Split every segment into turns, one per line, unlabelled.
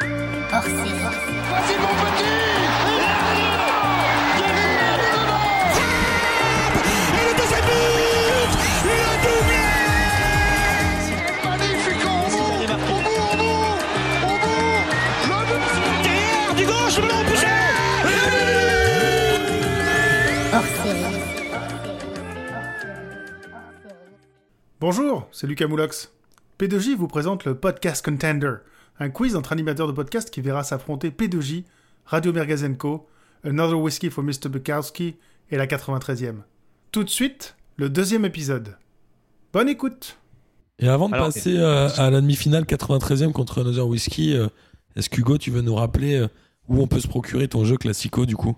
forcé.
Voici mon petit Et le deuxième but Le doublé Magnifique au bout Au bout, au bout Au bout Le but Derrière, du gauche, le ballon poussé
Hors série.
Bonjour, c'est Lucas Moulox. P2J vous présente le Podcast Contender, un quiz entre animateurs de podcast qui verra s'affronter P2J, Radio Mergazenco, Another Whiskey for Mr. Bukowski et la 93e. Tout de suite, le deuxième épisode. Bonne écoute
Et avant de
Alors,
passer euh, à la demi-finale 93e contre Another Whiskey, euh, est-ce qu'Hugo, tu veux nous rappeler euh, où on peut se procurer ton jeu classico du coup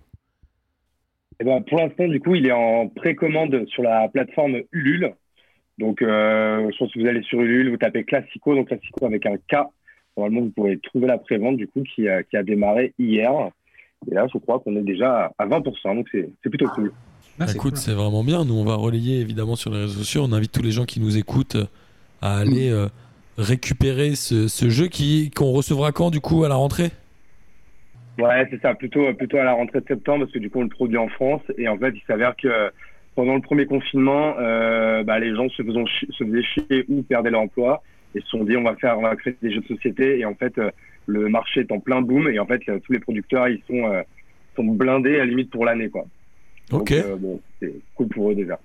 Eh ben, pour l'instant, du coup, il est en précommande sur la plateforme Ulule. Donc, euh, je pense que vous allez sur Ulule, vous tapez Classico, donc Classico avec un K. Normalement, vous pouvez trouver la prévente, du coup, qui a, qui a démarré hier. Et là, je crois qu'on est déjà à 20%, donc c'est c'est plutôt cool.
Bah, Écoute, c'est vraiment bien. Nous, on va relayer évidemment sur les réseaux sociaux. On invite tous les gens qui nous écoutent euh, à aller euh, récupérer ce, ce jeu qui qu'on recevra quand du coup à la rentrée
Ouais, c'est ça, plutôt, plutôt à la rentrée de septembre, parce que du coup, on le produit en France. Et en fait, il s'avère que pendant le premier confinement, euh, bah, les gens se, faisant chi- se faisaient chier ou perdaient leur emploi et se sont dit, on va faire, on va créer des jeux de société. Et en fait, euh, le marché est en plein boom. Et en fait, euh, tous les producteurs, ils sont, euh, sont blindés à la limite pour l'année, quoi.
Ok,
Donc, euh, bon, c'est cool pour eux déjà.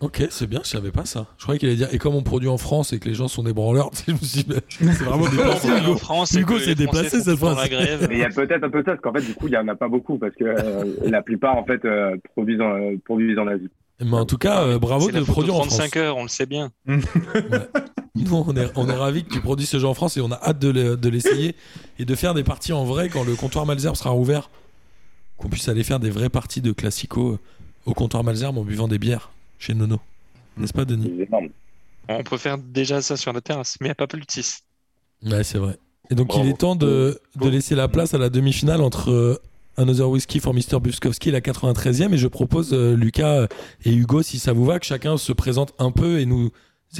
ok, c'est bien. Je savais pas ça. Je croyais qu'il allait dire. Et comme on produit en France et que les gens sont des branleurs, je me suis dit, mais c'est vraiment déplacé.
Hugo,
Hugo.
France, et
Hugo
que
s'est
les Français
déplacé,
font
cette
tout le temps
phrase.
la grève.
Mais il y a peut-être un peu ça, parce qu'en fait, du coup, il y en a pas beaucoup, parce que euh, la plupart, en fait, euh, produisent, en, produisent en Asie.
Mais en tout cas, euh, bravo
C'est
de
la photo
produire en France.
35 heures, on le sait bien.
Nous, on est, on est ravis que tu produis ce jeu en France et on a hâte de le- de l'essayer et de faire des parties en vrai quand le comptoir Malzerbe sera rouvert. Qu'on puisse aller faire des vraies parties de classico euh, au comptoir Malzerbe en buvant des bières chez Nono. N'est-ce pas, Denis
C'est énorme.
On peut faire déjà ça sur la terrasse, mais il n'y a pas plus de 6.
Ouais, c'est vrai. Et donc,
Bravo.
il est temps de, de laisser la place à la demi-finale entre euh, Another Whiskey for Mr. Buskowski et la 93e. Et je propose, euh, Lucas et Hugo, si ça vous va, que chacun se présente un peu et nous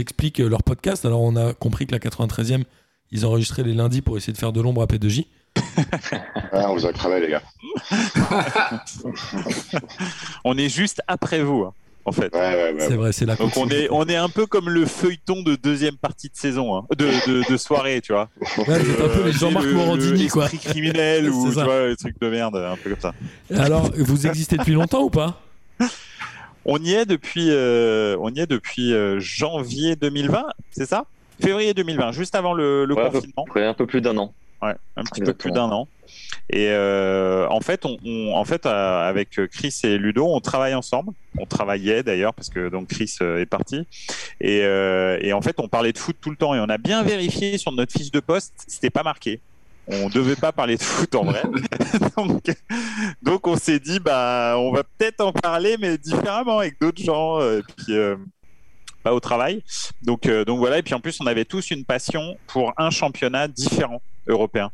explique euh, leur podcast. Alors, on a compris que la 93e, ils enregistraient les lundis pour essayer de faire de l'ombre à P2J.
Ah, on vous a cramé, les gars.
On est juste après vous, hein, en fait.
Ouais, ouais, ouais.
C'est vrai, c'est la
Donc on est, on est un peu comme le feuilleton de deuxième partie de saison, hein, de, de, de soirée, tu vois.
Ouais, c'est un peu les
Euh,
Jean-Marc
le- le
Morandini, quoi.
esprit criminel ou
C'est
tu
ça.
vois, le truc de merde, un peu comme ça.
Alors, vous existez depuis longtemps ou pas
On y est depuis, euh, on y est depuis euh, janvier 2020, c'est ça Février 2020, juste avant le, le
Ouais, à peu
confinement.
près un peu plus d'un an.
Ouais, un petit peu plus
Exactement.
d'un an. Et euh, en fait, on, on- en fait, euh, avec Chris et Ludo, on travaille ensemble. On travaillait d'ailleurs parce que donc Chris euh, est parti. Et, euh, et en fait, on parlait de foot tout le temps et on a bien vérifié sur notre fiche de poste, c'était pas marqué. On devait pas parler de foot en vrai. donc, donc on s'est dit, bah, on va peut-être en parler, mais différemment avec d'autres gens. euh, Et puis, euh, pas au travail. Donc, euh, donc voilà. Et puis en plus, on avait tous une passion pour un championnat différent européen.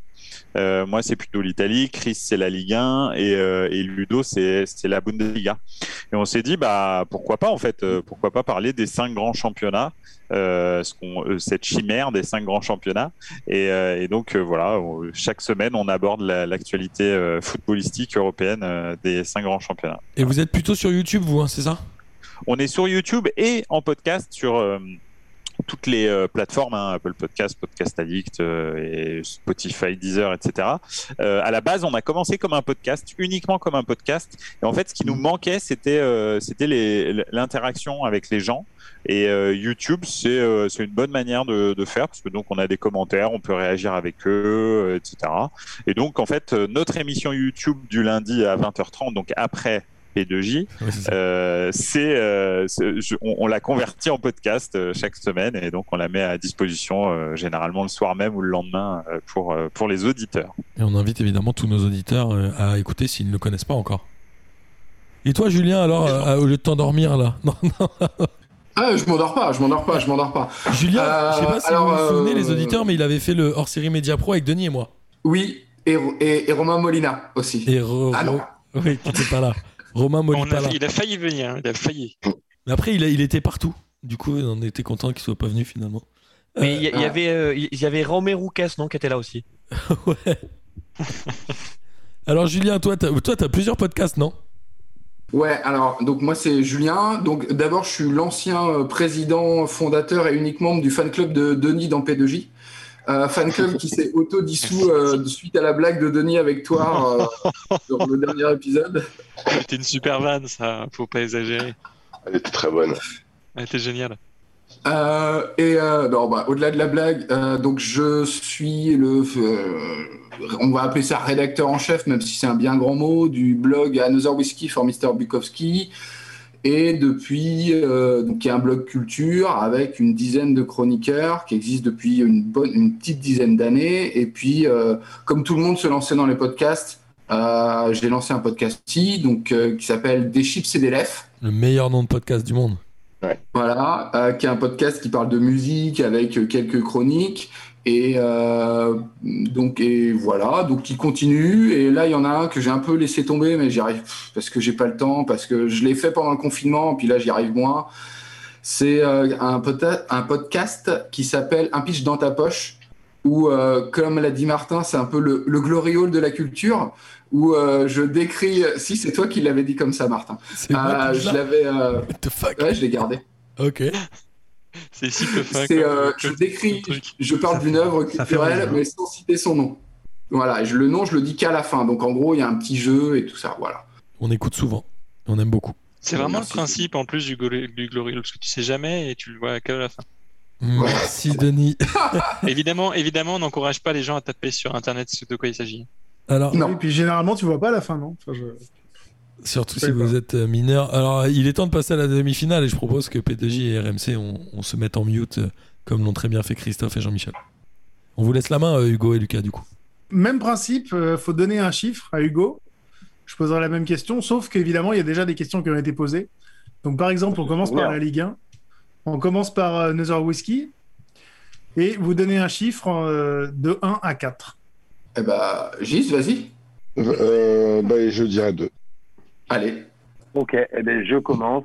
Euh, moi, c'est plutôt l'Italie, Chris, c'est la Ligue 1 et, euh, et Ludo, c'est c'est la Bundesliga. Et on s'est dit, bah, pourquoi pas, en fait, euh, pourquoi pas parler des cinq grands championnats, euh, ce qu'on- euh, cette chimère des cinq grands championnats. Et, euh, et donc, euh, voilà, on- chaque semaine, on aborde la- l'actualité euh, footballistique européenne euh, des cinq grands championnats.
Et vous êtes plutôt sur YouTube, vous, hein, c'est ça
On est sur YouTube et en podcast sur euh, toutes les euh, plateformes, hein, Apple Podcast, Podcast Addict, euh, et Spotify, Deezer, etc. Euh, à la base, on a commencé comme un podcast, uniquement comme un podcast. Et en fait, ce qui nous manquait, c'était euh, c'était les- l'interaction avec les gens. Et euh, YouTube, c'est euh, c'est une bonne manière de, de faire parce que donc on a des commentaires, on peut réagir avec eux, euh, etc. Et donc en fait, euh, notre émission YouTube du lundi à 20h30, donc après P2J,
Ouais, c'est ça.
euh, c'est, euh, c'est- je- on, on l'a converti en podcast euh, chaque semaine et donc on la met à disposition euh, généralement le soir même ou le lendemain euh, pour, euh, pour les auditeurs.
Et on invite évidemment tous nos auditeurs euh, à écouter s'ils ne le connaissent pas encore. Et toi, Julien, alors, euh, euh, au lieu de t'endormir, là Non, non.
Ah, je m'endors pas, je m'endors pas, je m'endors pas.
Julien,
Euh,
je sais pas si
alors,
vous vous souvenez,
euh,
les auditeurs, mais il avait fait le hors-série Media Pro avec Denis et moi.
Oui, et, et, et Romain Molina aussi.
Et Ro-
Ah non.
Ro- Oui, qui était pas là. Romain Molly
On a-
pas là.
il a failli venir, hein, il a failli.
Mais après, il, a- il était partout. Du coup, on était content qu'il soit pas venu finalement.
Mais il y, il y
ouais.
euh,
avait, euh, il y avait Romero Lucas, non, qui était là aussi.
ouais. Alors, Julien, toi, t'as toi, t'as plusieurs podcasts, non
Ouais, alors, donc moi c'est Julien. Donc d'abord, je suis l'ancien euh, président, fondateur et unique membre du fan club de Denis dans P2J. Euh, fan club qui s'est auto-dissous euh, suite à la blague de Denis avec toi euh, sur le dernier épisode.
C'était une super vanne, ça. Faut pas exagérer.
Elle était très bonne.
Elle était géniale.
Euh, et euh, non, bah, au-delà de la blague, euh, donc je suis le, euh, on va appeler ça rédacteur en chef, même si c'est un bien grand mot, du blog Another Whiskey for Mr Bukowski. Et depuis, euh, donc il y a un blog culture avec une dizaine de chroniqueurs qui existe depuis une bonne, une petite dizaine d'années. Et puis, euh, comme tout le monde se lançait dans les podcasts, euh, j'ai lancé un podcast donc euh, qui s'appelle Des chips et des lèvres.
Le meilleur nom de podcast du monde.
Voilà, euh, qui est un podcast qui parle de musique avec euh, quelques chroniques. Et euh, donc et voilà, donc il continue. Et là, il y en a un que j'ai un peu laissé tomber, mais j'y arrive pff, parce que j'ai pas le temps, parce que je l'ai fait pendant le confinement, puis là, j'y arrive moins. C'est euh, un, pota- un podcast qui s'appelle Un pitch dans ta poche, où, euh, comme l'a dit Martin, c'est un peu le, le glory hall de la culture, où euh, je décris. Si, c'est toi qui l'avais dit comme ça, Martin.
C'est moi
Euh,
qui
je
l'a-
l'avais. euh,
What the fuck
Ouais, je l'ai gardé.
Ok.
C'est cyclophone.
C'est, euh, je décris, je parle d'une œuvre
ça fait
culturelle,
rêver, hein.
mais sans citer son nom. Voilà, et je, le nom, je le dis qu'à la fin. Donc en gros, il y a un petit jeu et tout ça. Voilà.
On écoute souvent. On aime beaucoup.
C'est vraiment le
Merci.
principe en plus du, gol- du Glory Hole, parce que tu sais jamais et tu le vois qu'à la fin.
Merci, Denis.
évidemment, évidemment, on n'encourage pas les gens à taper sur internet ce de quoi il s'agit.
Alors,
Non.
Et puis généralement, tu vois pas à la fin, non Enfin, je-
surtout
Je sais
si
pas.
vous êtes euh, mineur. Alors, il est temps de passer à la demi-finale et je propose que P2J et RMC, on, on se mette en mute, euh, comme l'ont très bien fait Christophe et Jean-Michel. On vous laisse la main, euh, Hugo et Lucas, du coup.
Même principe, euh, faut donner un chiffre à Hugo. Je poserai la même question, sauf qu'évidemment, il y a déjà des questions qui ont été posées. Donc, par exemple, on commence par
Merde.
la Ligue 1. On commence par euh, Another Whiskey. Et vous donnez un chiffre euh, de 1 à 4.
Eh bah, Gis, vas-y.
Euh, bah, je dirais deux.
Allez.
Ok, eh ben, je commence.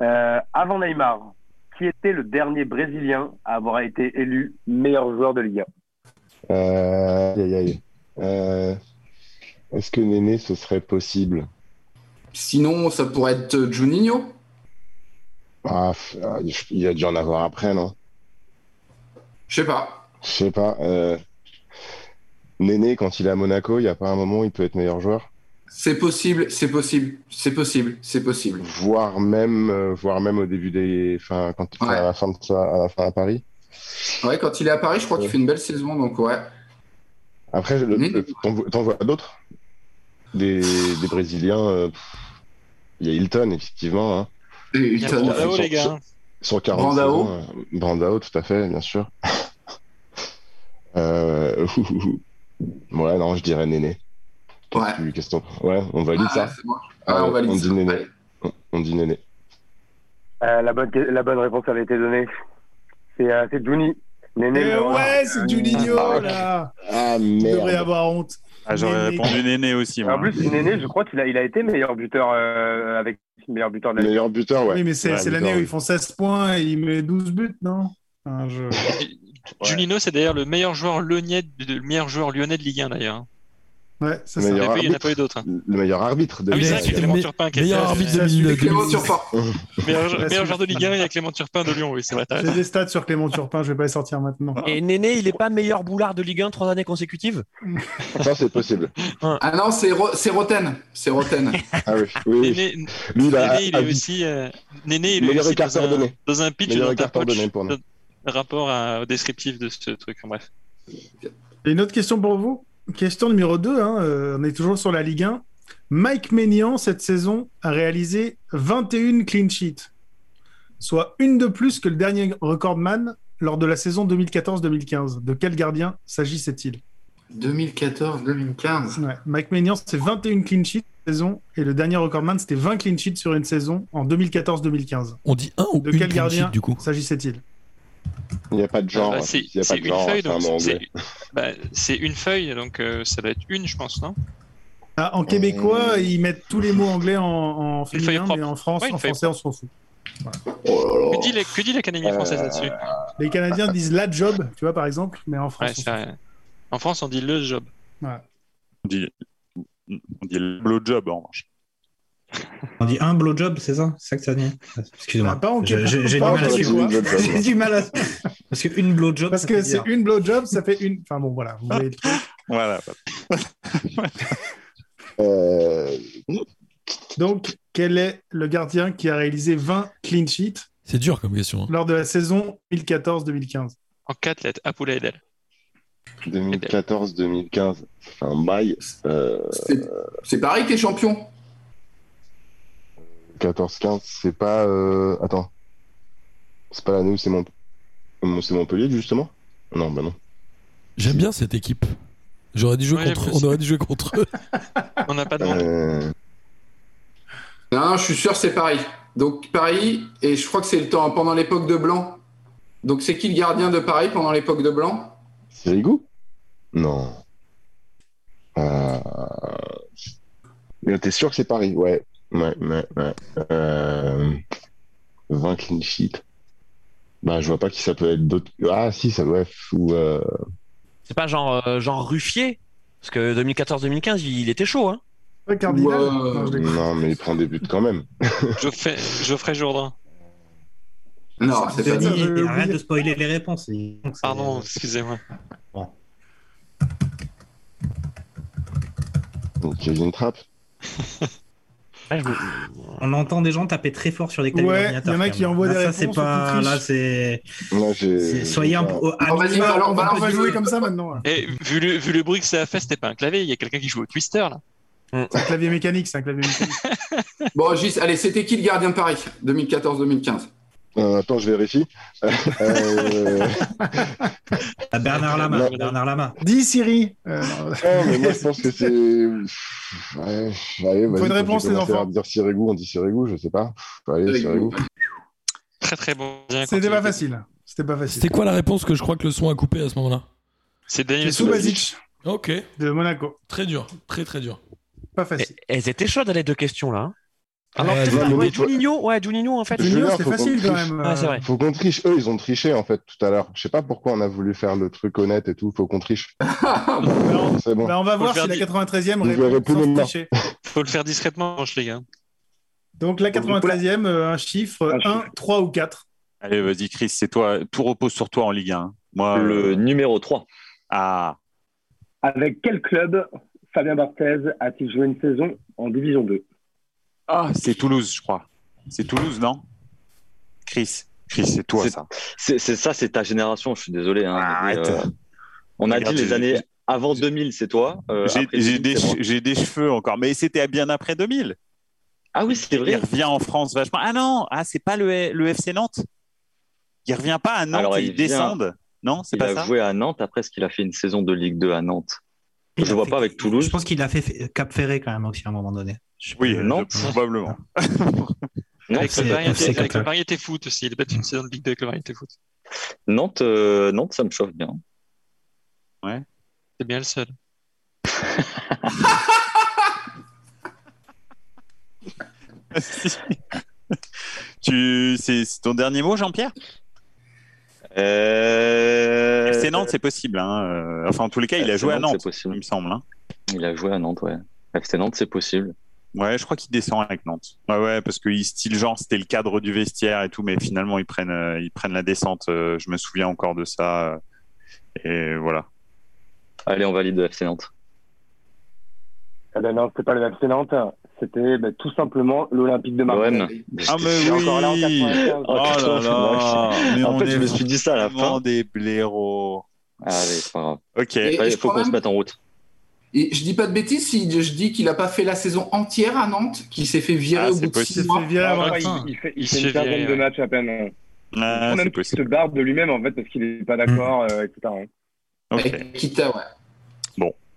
Euh, avant Neymar, qui était le dernier Brésilien à avoir été élu meilleur joueur de Ligue
Euh, aïe, aïe, aïe. Euh, Est-ce que Néné, ce serait possible
Sinon, ça pourrait être Juninho.
Ah, f- ah, je- Il y a dû en avoir après, non
Je sais pas.
Je sais pas. Euh... Néné, quand il est à Monaco, il n'y a pas un moment où il peut être meilleur joueur
C'est possible, c'est possible, c'est possible, c'est possible.
voire même, euh, voire même au début des. Enfin, quand, enfin,
Ouais.
à, la fin de ça, à la fin à Paris.
Ouais, quand il est à Paris, je crois qu'il fait une belle saison, donc ouais.
Après, je- le-
Mhm.
le- t'en vo- t'en vois d'autres des, des Brésiliens. euh, pff, Il y a Hilton, effectivement. hein.
Et
Il y a
Hilton,
Brandao,
Bravo,
sur-
les gars.
Sur 40
Brandao.
saisons, euh, Brandao, tout à fait, bien sûr. euh... Ouais, non, je dirais Néné. Qu'est-ce
Ouais.
que- qu'est-ce qu'on- Ouais, on valide
Ah,
ça.
c'est moi. Ouais,
Ah,
on valide
on
ça.
dit Néné.
Allez.
On- On dit Néné.
Euh, la, bonne, la bonne réponse avait été donnée. C'est euh, c'est Juni. Néné,
Eh
numéro un.
ouais, c'est Juninho,
Ah,
là
Ah,
Il devrait
merde.
avoir honte.
Ah, J'aurais
Néné.
répondu Néné aussi. moi.
En plus, Néné, je crois qu'il a, il a été meilleur buteur euh, avec meilleur buteur de la Ligue.
Meilleur buteur, ouais.
Oui, mais c'est
Ouais,
c'est
buteur,
l'année où
ouais.
ils font 16 points et il met 12 buts, non Enfin, je-
Julino, c'est d'ailleurs le meilleur joueur lyonnais, de- le meilleur joueur lyonnais de Ligue 1 d'ailleurs. hein.
Ouais, c'est ça.
Meilleur
Depuis, il n'y en a
arbitre.
pas eu d'autres. hein.
Le meilleur arbitre de
Ah oui, c'est
l'Union.
vrai qu'il y a
Mais-
Clément Turpin qui a
Meilleur
fait-
arbitre de
ça,
2000
celui de
Clément
2010.
Turpin.
Meilleur,
Merci,
meilleur joueur de Ligue 1, il y a Clément Turpin de Lyon, oui, c'est vrai. t'as
J'ai
raison.
des stats sur Clément Turpin, je vais pas les sortir maintenant.
Ah.
Et Néné, il est pas meilleur boulard de Ligue 1 trois années consécutives Hein.
Ça, c'est possible.
Ah non, c'est Ro- c'est Roten. C'est Roten.
Ah oui, oui, oui.
Néné,
Lui, il a
Néné, il est
a-
aussi, euh, Néné, il est
Meilleur
aussi
écart
dans, un,
coordonné.
dans un pitch
Meilleur
dans ta
écart coordonné
poche,
pour nous.
dans- rapport à- au descriptif de ce truc. En bref,
Et une autre question pour vous. Question numéro 2, on est toujours sur la Ligue 1. Mike Maignan, cette saison, a réalisé 21 clean sheets, soit une de plus que le dernier recordman lors de la saison 2014-2015. De quel gardien s'agissait-il
2014-2015.
Ouais, Mike Maignan, c'est 21 clean sheets cette saison, et le dernier recordman, c'était 20 clean sheets sur une saison en 2014-2015.
On dit un ou
De
une
quel
clean
gardien
sheet, du coup
S'agissait-il
Il n'y a pas de genre.
Ah bah, c'est
Il n'y a
c'est
pas de
une
genre.
feuille,
C'est un
donc
mot anglais.
c'est bah, c'est une feuille, donc euh, ça doit être une, je pense, non
Ah, En québécois, ils mettent tous les mots anglais en, en
feuille
féminin,
propre.
mais en France,
Ouais, une
en
feuille
français, on s'en fout.
Oh là
Que
là.
dit la- que dit l'Académie française
Euh,
là-dessus
Les Canadiens disent la job, tu vois, par exemple, mais en France.
Ouais,
on
c'est
s'en fout.
vrai. En France, on dit le job.
Ouais.
On dit, on dit le blowjob en revanche.
On dit un blowjob, c'est ça C'est ça que ça dit Excusez-moi.
Pas en-
Je- J'ai j'ai du
pas en
mal à
québécois.
suivre. J'ai du mal à. Parce qu'une blowjob.
Parce
ça
que
fait
c'est
dire.
une blowjob, ça fait une. Enfin bon, voilà, vous voyez le truc.
Voilà.
Euh,
Donc, quel est le gardien qui a réalisé 20 clean sheets
C'est dur comme question. hein.
lors de la saison 2014-2015
En 4 lettres, Apoula Edel.
2014-2015, ça fait un bail. euh,
C'est pareil qui est champion.
14-15, c'est pas. euh, Attends. C'est pas la où c'est Mont... Mon- c'est Montpellier, justement Non, bah non.
J'aime bien cette équipe. J'aurais dû jouer
Ouais,
contre.
j'aime
On aurait dû jouer contre eux.
On n'a pas de
Euh.
Non, je suis sûr, c'est Paris. Donc Paris, et je crois que c'est le temps pendant l'époque de Blanc. Donc c'est qui le gardien de Paris pendant l'époque de Blanc
C'est Rigou Non. Euh... mais T'es sûr que c'est Paris Ouais. Ouais, ouais, ouais. Euh... 20 clean sheet. Bah, je vois pas qui ça peut être d'autres. Ah, si, ça doit être. Ou, euh,
C'est pas genre, euh, genre Ruffier Parce que 2014-2015, il était chaud, hein
Cardinal
ou, euh,
Oh,
Non, mais il prend des buts quand même.
Geoffrey, Geoffrey Jourdain.
Non,
c'est pas
Denis,
ça, je l'ai
Arrête
oublié.
de spoiler les réponses. Donc, c'est-
Pardon, excusez-moi.
Donc, Kevin Trapp.
On entend des gens taper très fort sur des claviers
Ouais,
d'ordinateur,
y en a
quand
qui
même.
envoient
Là,
des
ça, c'est
réponses ou
Pas...
qui
Là,
trichent.
c'est.
Moi, j'ai. Ah
c'est- Soyez Ah un. au- à
Bon, vas-y,
minima,
bah, alors, on
on va
va, on
pas
va
jouer.
jouer comme ça maintenant. hein. là.
Et vu le, vu le bruit que ça a fait, c'était pas un clavier. Il y a quelqu'un qui joue au Twister là.
Mm.
C'est un clavier mécanique, c'est un clavier mécanique.
Bon, Gis, allez, c'était qui le gardien de Paris 2014-2015
Euh, attends, je vérifie. Euh...
Ah, Bernard Lama. Bernard Lama.
Dis Siri. Euh,
Non, Oh, mais moi je pense que c'est. Ouais, allez, vas-y,
Faut une réponse,
j'ai
les
commencé à
enfants.
dire Sirigu, on dit Sirigu, je sais pas. Allez, Sirigu.
Très très bon.
C'était pas facile. hein. C'était pas facile.
C'était quoi la réponse que je crois que le son a coupé à ce moment-là
C'est Daniel
C'est Subasic
Ok.
de Monaco.
Très dur. Très très dur.
Pas facile.
Eh, Elles étaient chaudes à l'aide de questions, là. hein. Ah non,
Ouais,
peut-être-
ouais, mais
ouais,
tu vois-
Juninho, ouais, Juninho, en fait.
Junior,
c'était
faut
facile,
qu'on
quand
triche.
même, euh.
Ah, c'est vrai.
Faut qu'on triche. Eux, ils ont triché en fait tout à l'heure. Je sais pas pourquoi on a voulu faire le truc honnête et tout. Faut qu'on triche. c'est bon.
Bah, on va
Faut
voir
faire
si la
dix-
93e
Vous verrez
répond
plus
sans
maintenant.
tricher.
Faut le faire discrètement, hein. Manche, les gars.
Donc la 93e, euh, un chiffre 1, 3 ou 4.
Allez, vas-y, Chris, c'est toi. Tout repose sur toi en Ligue 1. Moi,
Le
euh,
numéro 3.
Ah,
Avec quel club Fabien Barthez a-t-il joué une saison en Division 2
ah c'est Toulouse, je crois. C'est Toulouse, non Chris. Chris, c'est toi,
C'est-
ça.
C'est c'est ça, c'est ta génération, je suis désolé. hein, mais,
Arrête.
on a
Regarde,
dit les
j'ai-
années avant 2000, c'est toi. euh,
J'ai-
après
J'ai
2000,
des,
c'est moi.
che- j'ai des cheveux encore, mais c'était bien après 2000.
Ah oui, c'est
Il
vrai.
revient en France vachement. Ah non, ah, c'est pas le, le FC Nantes Il revient pas à Nantes
Alors,
et
il
ils
vient-
descendent Non, c'est
Il
pas
a
ça
joué à Nantes. Après, ce qu'il a fait une saison de Ligue 2 à Nantes
Il
Je
a
vois
fait-
pas avec Toulouse.
Je pense qu'il a fait- fait Cap Ferré quand même aussi à un moment donné. Je sais
Oui,
plus.
Nantes.
je- probablement.
Non,
avec
c'est-
le variété,
c'est comme
avec le
ça.
variété foot aussi. Il a peut-être une saison de Ligue 2 avec le variété foot.
Nantes, euh, Nantes, ça me chauffe bien.
C'est bien le seul.
tu... C'est c'est ton dernier mot, Jean-Pierre
Euh...
FC Nantes, c'est possible. hein, euh, Enfin, en tous les cas, il a
FC
joué à
Nantes,
Nantes,
c'est
il
possible.
me semble. hein.
Il a joué à Nantes, ouais. FC Nantes, c'est possible.
Ouais, je crois qu'il descend avec Nantes. Ouais, ouais, parce que il- style genre, c'était le cadre du vestiaire et tout, mais finalement, ils prennent, euh, ils prennent la descente. euh, je me souviens encore de ça. euh, et voilà.
Allez, on valide FC Nantes.
Ah ben non, c'était pas le FC Nantes. C'était ben, tout simplement l'Olympique de
L'OM.
Marseille.
Ah, mais
Et
oui
encore là en 95.
Oh là là Mais
En
on
fait,
est
je me suis dit ça à la
vraiment
fin.
des blaireaux.
Allez, c'est pas grave.
Ok.
Et-
Allez,
je
il faut
crois
qu'on se
même-
mette en route.
Et je dis pas de bêtises si je dis qu'il a pas fait la saison entière à Nantes, qu'il s'est fait virer
Ah,
au
c'est
bout de
Il s'est
six
possible.
mois.
fait virer
Ah,
avant
enfin,
la fin.
il, il fait, il
Il
fait
se
une
fait
quinzaine
virer,
de
ouais.
matchs à peine.
Ah,
On
c'est
même qu'il se
possible. Hmm.
barre de lui-même en fait parce qu'il n'est pas d'accord, euh, etc. hein.
Ok.
Avec Kita, ouais.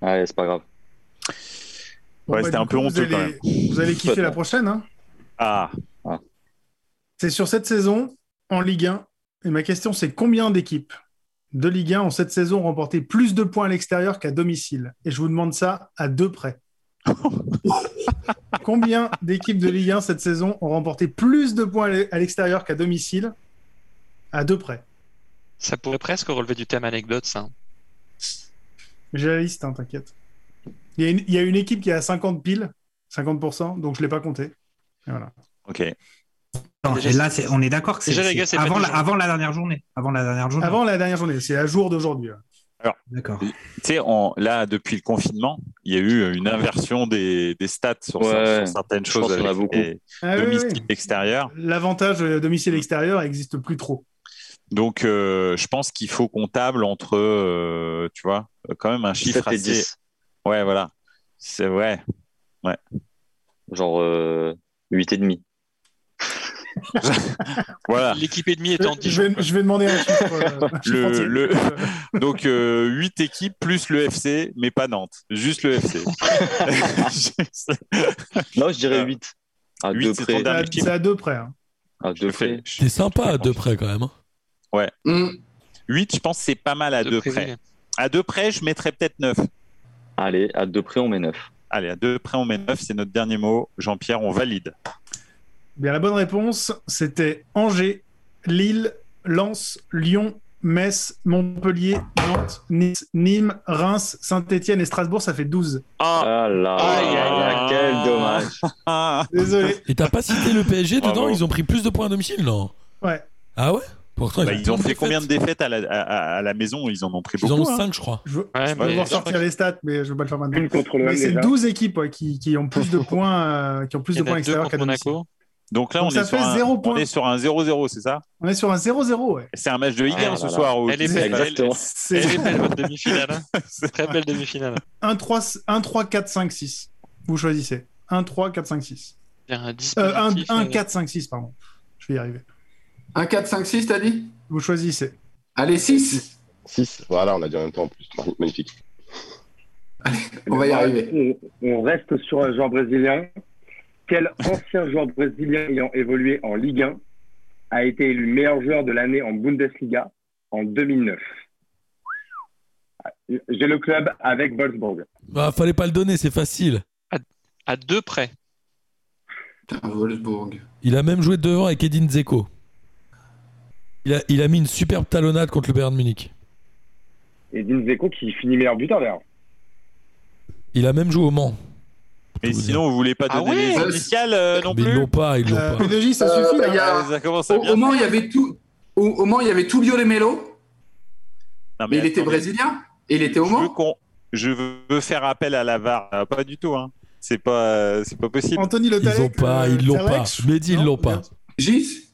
Allez, c'est pas grave.
Bon, bah,
Ouais,
du
c'était un
coup,
peu
vous
honteux, quand
allez- Vous allez kiffer la prochaine. hein.
Ah,
C'est sur cette saison en Ligue 1. Et ma question, c'est combien d'équipes de Ligue 1 ont cette saison remporté plus de points à l'extérieur qu'à domicile Et je vous demande ça à deux près. combien d'équipes de Ligue 1 cette saison ont remporté plus de points à l'e- à l'extérieur qu'à domicile À deux près.
Ça pourrait presque relever du thème anecdote, ça.
Mais J'ai la liste, hein, t'inquiète. Il y, a une, il y a une équipe qui a 50 piles, 50%, donc je ne l'ai pas compté. Et voilà.
Ok.
Non,
Déjà,
et là,
c'est-
c'est- on est d'accord que c'est
Déjà, les gars,
c'est
c'est pas
avant,
du
la,
genre.
avant la dernière journée. Avant la dernière journée.
Avant la dernière journée, c'est à jour d'aujourd'hui. là.
Alors, tu sais, en- là, depuis le confinement, il y a eu une inversion des, des stats sur,
Ouais,
cer- sur certaines
je
choses.
pense qu'il y en a
avec
beaucoup.
les
Ah oui,
domiciles
oui.
extérieurs.
L'avantage euh,
Mm.
domicile extérieur n'existe plus trop.
Donc, euh, je pense qu'il faut comptable entre, euh, tu vois, euh, quand même un chiffre
7 et
assez.
10.
Ouais, voilà. C'est ouais. Ouais.
Genre 8 et demi.
voilà.
L'équipe et demie
Je,
étant
je vais, je vais demander un chiffre. euh, un chiffre
Le,
entier.
le- Donc, 8 équipes plus le FC, mais pas Nantes. Juste le FC.
non, je dirais 8. À deux
c'est
près.
ton
C'est à-
dernier
C'est à deux près. hein.
À deux près.
C'est sympa à deux près quand même. hein.
Ouais. 8, je pense que c'est pas mal à deux près. À deux près, je mettrais peut-être 9.
Allez, à deux près, on met 9.
Allez, à deux près, on met 9. C'est notre dernier mot. Jean-Pierre, on valide.
Bien, la bonne réponse, c'était Angers, Lille, Lens, Lyon, Metz, Montpellier, Nantes, Nice, Nîmes, Reims, Saint-Etienne et Strasbourg, ça fait 12.
Ah, là
Ah,
là, quel dommage.
Désolé.
Et t'as pas cité le PSG dedans
Bravo.
Ils ont pris plus de points à domicile, non
Ouais.
Ah ouais Pourtant,
Bah,
ils,
ils ont fait combien de défaites à la, à- à- à la maison Ils en ont pris
Ils en
beaucoup.
ont
hein.
5, je crois.
Je veux,
Ouais,
je peux
mais-
vous ressortir les stats, mais je ne vais pas le faire maintenant.
Une contre le
Mais
même,
c'est
déjà.
12 équipes ouais, qui, qui ont plus de points, euh, qui ont plus
Il y
de
en a
points
deux
extérieurs qu'à
contre
domicile.
Monaco. Donc là,
Donc
on,
ça
est sur
fait
un,
zéro
on est sur un 0-0, c'est ça
On est sur un 0-0, ouais.
C'est un match de Ligue 1
Ah
ce
là là.
soir. où-
Elle est belle,
Exactement.
elle- elle est belle, votre demi-finale. hein. Très belle demi-finale.
1, 3, 1, 3, 4, 5, 6. Vous choisissez. 1, 3, 4, 5, 6.
Bien, un
Euh,
dispositif,
1,
euh,
4, 5, 6, pardon. Je vais y arriver.
1, 4, 5, 6, t'as dit
Vous choisissez.
Allez, 6
6, voilà, on a dit en même temps en plus. Magnifique.
On va y arriver.
On, on reste sur un joueur brésilien. Quel ancien joueur brésilien ayant évolué en Ligue 1 a été élu meilleur joueur de l'année en Bundesliga en 2009 J'ai le club avec Wolfsburg.
Bah, fallait pas le donner, c'est facile.
À deux près.
Ah, Wolfsburg.
Il a même joué devant avec Edin Dzeko. Il a, il a mis une superbe talonnade contre le Bayern de Munich.
Et Dean Zeko qui finit meilleur buteur d'ailleurs.
Il a même joué au Mans.
Et sinon, vous voulez pas
Ah
donner
ouais
les initiales euh, non
Mais ils
plus
l'ont pas, ils l'ont pas.
Euh, ça
suffit, là.
Ah, Ça commence à
Au,
bien.
au Mans, il y avait tout. Au, au Mans, il y avait Tullio de Melo.
Non,
mais il était
attendez.
brésilien et il était au
Je
Mans.
veux qu'on- Je veux faire appel à la VAR. Ah, Pas du tout. Hein. C'est pas, euh, c'est pas possible.
Anthony Le Tallec,
Ils l'ont pas,
euh,
ils l'ont pas.
Tallec,
Je l'ai dit, ils l'ont pas.
Gis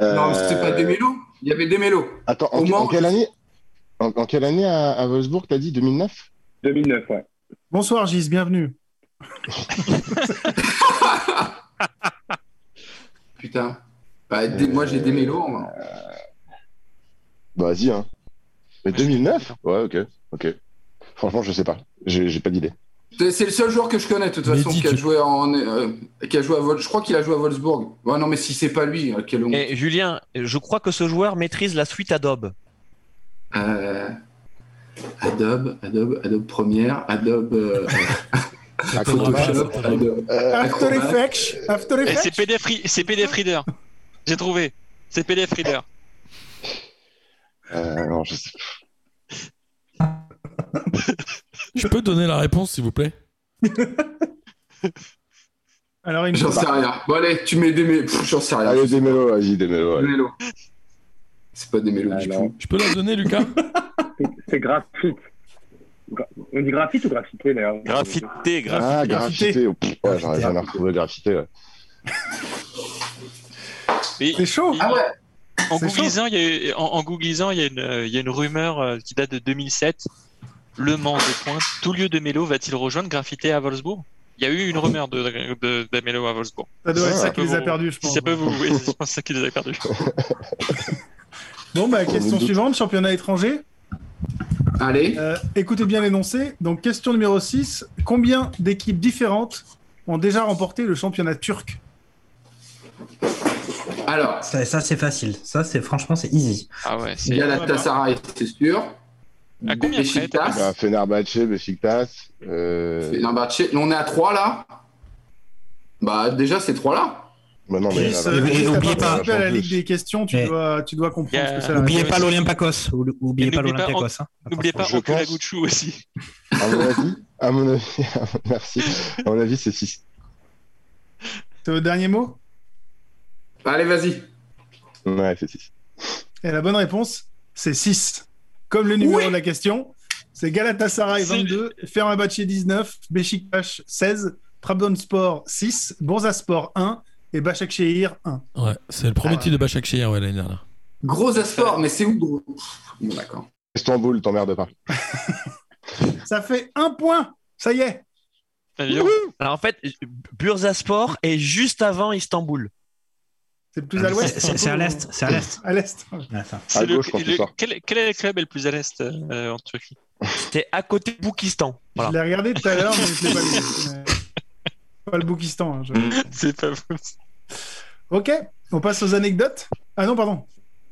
Non, mais c'était pas de Melo. Il y avait de Melo.
Attends, en,
Au moins-
en quelle année en, en quelle année à, à Wolfsburg, t'as dit 2009
2009, ouais.
Bonsoir Gis, bienvenue.
Putain. Bah, des- Moi, j'ai des Melo. en-
Bah, vas-y, hein. Mais 2009 Ouais, ok, ok. Franchement, je sais pas. J'ai j'ai pas d'idée.
C'est c'est le seul joueur que je connais, de toute façon, qui a, joué en, euh, qui a joué à Vol- Je crois qu'il a joué à Wolfsburg. Ouais, non, mais si c'est pas lui, euh, quel honte.
Et Julien, je crois que ce joueur maîtrise la suite Adobe.
Euh, Adobe, Adobe, Adobe Premiere, Adobe. euh, Photoshop, Adobe.
euh, After
Acrobat.
Effects. After
Et
Effects.
Eh, c'est PDF, Re- c'est PDF Reader. J'ai trouvé. C'est PDF Reader.
Euh, non, je sais
Je peux donner la réponse, s'il vous plaît
Alors, il me
J'en
faut-
sais rien. Bon, allez, tu mets des mélos. Pff, J'en sais rien.
Allez, Ah, des mélos, vas-y, des mélos.
Des
allez.
mélos. C'est pas des mélos du tout.
Je peux la donner, Lucas
C'est graphite. Gra- On dit graphite ou graffité d'ailleurs
Graffité,
Ah,
graffité.
graffité. oh, pff, ouais, J'aurais jamais retrouvé graffité. ouais.
C'est
chaud.
Ah ouais.
En
C'est chaud.
googlisant, il y a eu- en, en googlisant, il y a une, euh, il y a une rumeur euh, qui date de 2007. Le Mans de pointe. Tout lieu de Mélo va-t-il rejoindre Graffité à Wolfsburg Il y a eu une rumeur de, de, de Melo à Wolfsburg.
Ça doit être ça
peut
qui les a
vous-
perdus, je pense.
Ça peut vous oui, je pense que c'est ça qui les a perdus.
Bon, bah, question
doute.
suivante, championnat étranger.
Allez.
Euh, écoutez bien l'énoncé. Donc, question numéro 6. Combien d'équipes différentes ont déjà remporté le championnat turc
Alors,
Ça, ça, c'est facile. Ça, c'est franchement, c'est easy.
Ah ouais,
il y a la Tassaray, c'est sûr.
À combien près t'as-
Beşiktaş.
Bah, Fenerbahçe, Besiktas. Euh...
Ah, Fenerbahçe. On est à 3 là. Bah, déjà, c'est 3 là.
Bah non,
Chris,
mais là,
euh,
là,
Chris,
là,
t'as
là,
participé à
en
la
plus.
Ligue des questions, tu,
Eh.
Mais-
dois, tu dois comprendre ce que c'est. la
N'oubliez
Ligue des
pas
questions.
l'Olympiakos. ou- Oubliez
Et
pas
n'oubliez pas-
l'Olympiakos. hein.
N'oubliez pas
Je pense-
Okulaguchu aussi.
À mon avis, à mon avis, merci. À mon avis, c'est 6.
C'est le dernier mot
Allez, vas-y.
Ouais, c'est 6.
Et la bonne réponse, c'est 6. Comme le numéro de la question, c'est Galatasaray 22, Fenerbahçe 19, Beşiktaş 16, Trabzonspor 6, Bursaspor 1 et Başakşehir 1.
Ouais, c'est le premier
Ah.
titre de Başakşehir ouais, l'année dernière.
Gros asport, mais c'est où gros Bon, d'accord.
Istanbul, t'emmerdes pas.
Ça fait un point. Ça y est.
Alors, en fait, Bursaspor est juste avant Istanbul.
C'est plus à l'ouest.
Ah, C'est- c'est à l'est, c'est à l'est.
À l'est. ouais.
C'est
À
le-
gauche, quand tu
le-
sors.
quel, quel est le club est le plus à l'est euh, en Turquie
C'est à côté de Boukistan.
Je l'ai regardé tout à l'heure, mais je l'ai pas lu. Mais- Pas le Boukistan. hein, je-
Mm.
C'est pas possible.
Ok, on passe aux anecdotes. Ah non, pardon.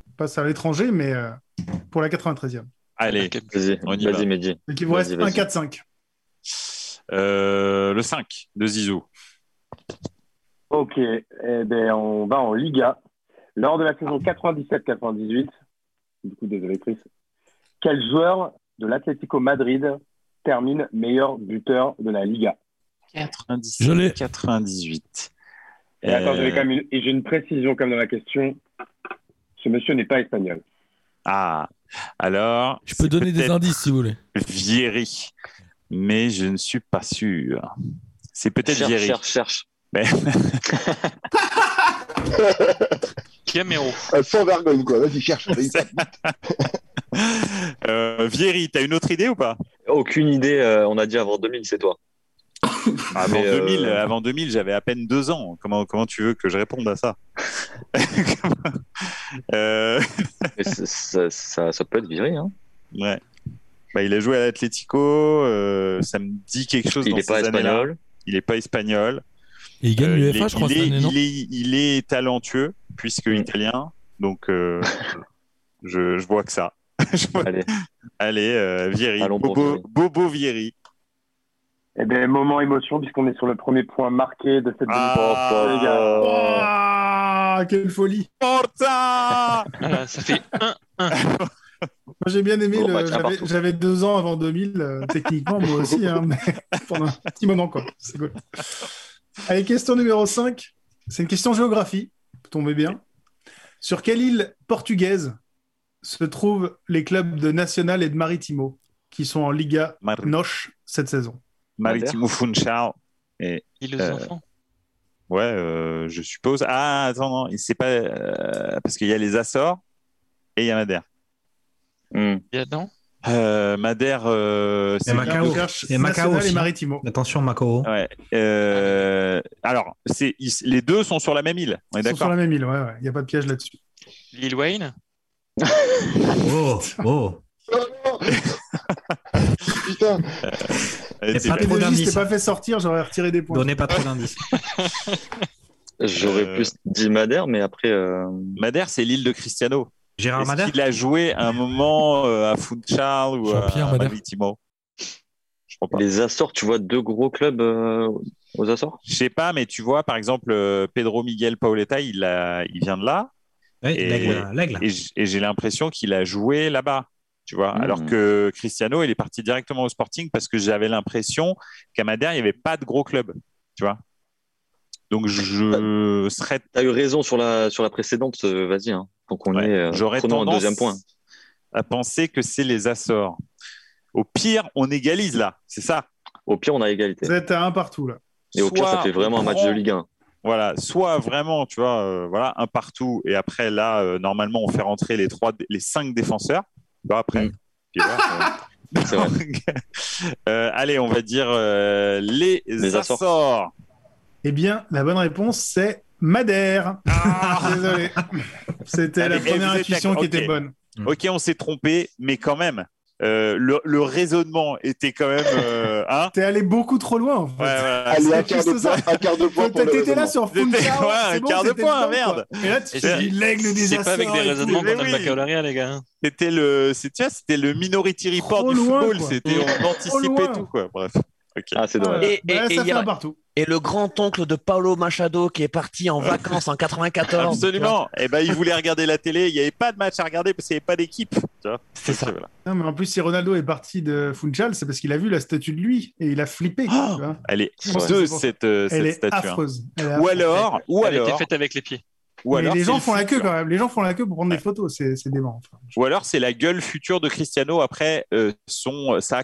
On passe à l'étranger, mais euh, pour la 93e.
Allez,
vas-y,
on y va.
vas-y, Mehdi.
Donc il vous reste
Vas-y, vas-y.
1, 4, 5.
Euh, le 5 de Zizou.
Ok, eh ben, on va en Liga. Lors de la saison 97-98, du coup, désolé, Chris, quel joueur de l'Atlético Madrid termine meilleur buteur de la Liga
97, 98.
Et attends,
Euh,
j'avais quand même une- et j'ai une précision comme dans la question. Ce monsieur n'est pas espagnol.
Ah, alors. Je
peux donner des indices, si vous voulez.
Vieri, mais je ne suis pas sûr. C'est peut-être
Cherche,
Vieri.
cherche, cherche.
Mais-
Camero.
Euh, sans vergogne, quoi. Vas-y, cherche. Vas-y, tape.
Euh, Vieri, t'as une autre idée ou pas
Aucune idée, euh, on a dit avant 2000, c'est toi.
Avant
Mais, euh,
2000, euh, avant 2000, j'avais à peine deux ans. Comment, comment tu veux que je réponde à ça Euh,
Mais c'est- ça, ça- ça peut être viré. Hein.
Ouais. Bah, il a joué à l'Atlético. euh, ça me dit quelque chose.
Il
dans
est pas
ces années-là.
espagnol.
Il n'est pas espagnol.
Et il gagne
Euh,
l'UEFA,
est-
je crois,
il
cette
est,
année, non
il est- il est talentueux, puisque italien. Donc, euh, je, je vois que ça. Je vois-
Allez.
Allez, euh, Vieri.
Allons pour
Bobo,
Vieri.
Bobo Vieri.
Eh bien, moment émotion, puisqu'on est sur le premier point marqué de cette demi-finale, les gars.
Ah, quelle folie.
Forza
Voilà, ça fait
Moi, j'ai bien aimé.
Gros
le-
match, un
j'avais-
partout.
J'avais deux ans avant 2000, euh, techniquement, moi aussi, hein, mais pendant un petit moment, quoi. C'est cool. Allez, question numéro 5. C'est une question géographie. Vous tombez bien. Sur quelle île portugaise se trouvent les clubs de Nacional et de Maritimo qui sont en Liga
Mar-
Noche cette saison
Maritimo Funchal. Et,
Il aux
euh,
enfants.
Ouais, euh, je suppose. Ah, attends, non, il sait pas. euh, parce qu'il y a les Açores et il y a Madère.
Hmm.
Il y a non
Euh, Madère, euh,
Et
c'est
Macao.
Cherche
Et Macao
Nacional et
aussi.
Maritimo.
Attention, Macao.
Ouais. euh, alors, c'est ils- les deux sont sur la même île. On est
Ils sont sur
d'accord.
la même île, ouais, ouais. Il n'y a pas de piège là-dessus.
Lil Wayne
Oh, oh.
Putain.
Euh,
Pas
c'est-
trop
Et déjà, je t'ai
d'indices.
pas fait sortir, j'aurais retiré des points.
Donnez pas trop d'indices.
J'aurais
Euh,
plus dit Madère, mais après. euh,
Madère, c'est l'île de Cristiano.
Gérard
Est-ce
Madère
qu'il a joué un moment euh, à Funchal ou
Jean-Pierre
à
Madère.
Maritimo Je crois pas.
Les Açores, tu vois deux gros clubs euh, aux Açores
Je sais pas, mais tu vois, par exemple, euh, Pedro Miguel Paoletta, il, a- il vient de là.
Ouais,
Et-
l'aigle, l'aigle.
et j- et j'ai l'impression qu'il a joué là-bas. Tu vois,
Mhm.
alors que Cristiano, il est parti directement au Sporting parce que j'avais l'impression qu'à Madère, il n'y avait pas de gros club. Tu vois, donc je serais.
Bah, T'as eu raison sur la, sur la précédente, euh, vas-y. hein. Donc on
ouais,
est. euh,
J'aurais
prenons
tendance
un deuxième point.
à penser que c'est les Açores. Au pire, on égalise là, c'est ça.
Au pire, on a égalité.
Vous êtes à un partout, là.
Et au pire,
Soit
ça fait vraiment
on
un match
prend-
de Ligue 1.
Voilà, soit vraiment, tu vois, euh, voilà, un partout, et après là, euh, normalement, on fait rentrer les trois, les cinq défenseurs. Tu vois, après.
Mm.
Puis voilà, euh,
C'est vrai.
Euh, allez, on va dire euh, les,
Les Açores.
Açores.
Eh bien, la bonne réponse, c'est Madère. Désolé. C'était la
Ah. Allez, vous
première
êtes
intuition
d'accord,
qui
ok.
était bonne.
Mm.
Ok, on s'est trompé, mais quand même, euh, le, le raisonnement était quand même. euh, hein
T'es allé beaucoup trop loin, en fait.
Ouais, voilà.
Allez, un
C'est
quart de
juste ça.
point. Un quart de point pour le
T'étais là
raisonnement.
sur
J'étais-
Funchal,
ouais,
c'est
un
bon,
quart de
c'était
point,
bon,
merde.
quoi. Et là, tu
Et
te
c'est-
dis l'aigle des
C'est pas avec
Açores
des
et tout. Eh
raisonnements
mais
qu'on a
oui.
le baccalauréat, les gars.
C'était le, c'est- tu vois, c'était le minority report
Trop
du
loin,
football.
quoi.
C'était on
Trop
anticipait
loin.
tout quoi. Bref.
Ah, c'est dommage.
Et,
Bah, ça
il y
fait
a-
un partout.
et le grand-oncle de Paolo Machado qui est parti en vacances en 94.
Absolument. Et ben, il voulait regarder la télé. Il n'y avait pas de match à regarder parce qu'il n'y avait pas d'équipe.
C'est ça.
Non, hein, mais en plus, si Ronaldo est parti de Funchal, c'est parce qu'il a vu la statue de lui et il a flippé. tu vois.
Elle est
Je pense que
hideuse,
c'est pour-
Ah. cette, euh,
Elle
cette
est
statue. hein.
affreuse. Elle est
Ou
affreuse.
alors, ou
Elle était
alors,
faite avec les pieds.
ou
Mais
alors,
les
c'est
gens
le
font la queue
futur.
quand même. Les gens font la queue pour prendre des photos. C'est c'est dément. enfin.
Ou alors c'est la gueule future de Cristiano après euh, son euh, sa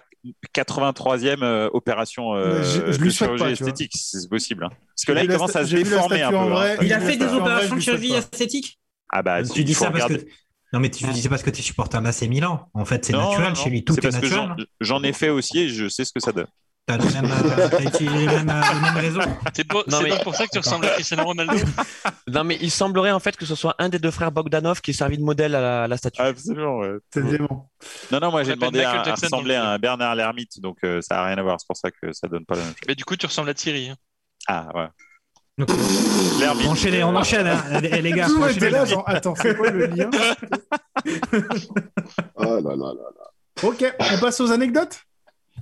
83e euh, opération euh,
Mais je- je
de
lui souhaite
chirurgie
pas, tu vois.
esthétique, si c'est possible. hein. Parce que là,
J'ai
il
vu la
commence
sta-
à se
j'ai vu la
déformer un
statue
peu.
en
hein.
vrai.
Il a
Je
fait
lui
des
souhaite pas.
opérations de
Je lui souhaite
chirurgie
pas.
esthétique
Ah bah,
Tu dis
faut
ça parce que.
regarder.
Non, mais tu dis ça parce que t'es supporter de l'AC Milan. En fait, c'est
Non,
naturel
non,
chez
non.
lui. Tout
C'est
est,
parce que j'en-
naturel.
j'en ai fait aussi et je sais ce que ça donne.
T'as le même, euh, t'as utilisé les mêmes, euh, les mêmes réseaux.
C'est pour,
Non,
c'est
mais-
donc pour ça que tu ressembles à Cristiano Ronaldo.
Non, mais il semblerait en fait que ce soit un des deux frères Bogdanov qui ait servi de modèle à la, à la statue.
Absolument. ouais.
C'est dément.
Non, non, moi j'ai
s'appelle
demandé à,
Michael
à
Jackson dans
ressembler
le
à
film.
un Bernard Lermite, donc euh, ça n'a rien à voir. C'est pour ça que ça donne pas la même chose.
Mais du coup, tu ressembles à Thierry. hein.
Ah ouais.
Donc,
Lermite.
on enchaîne, on enchaîne, hein. Eh, eh, les gars.
Tout le
on
monde
enchaîne.
était là, genre, attends, c'est quoi le lien
Oh là là là là.
Ok, on passe aux anecdotes.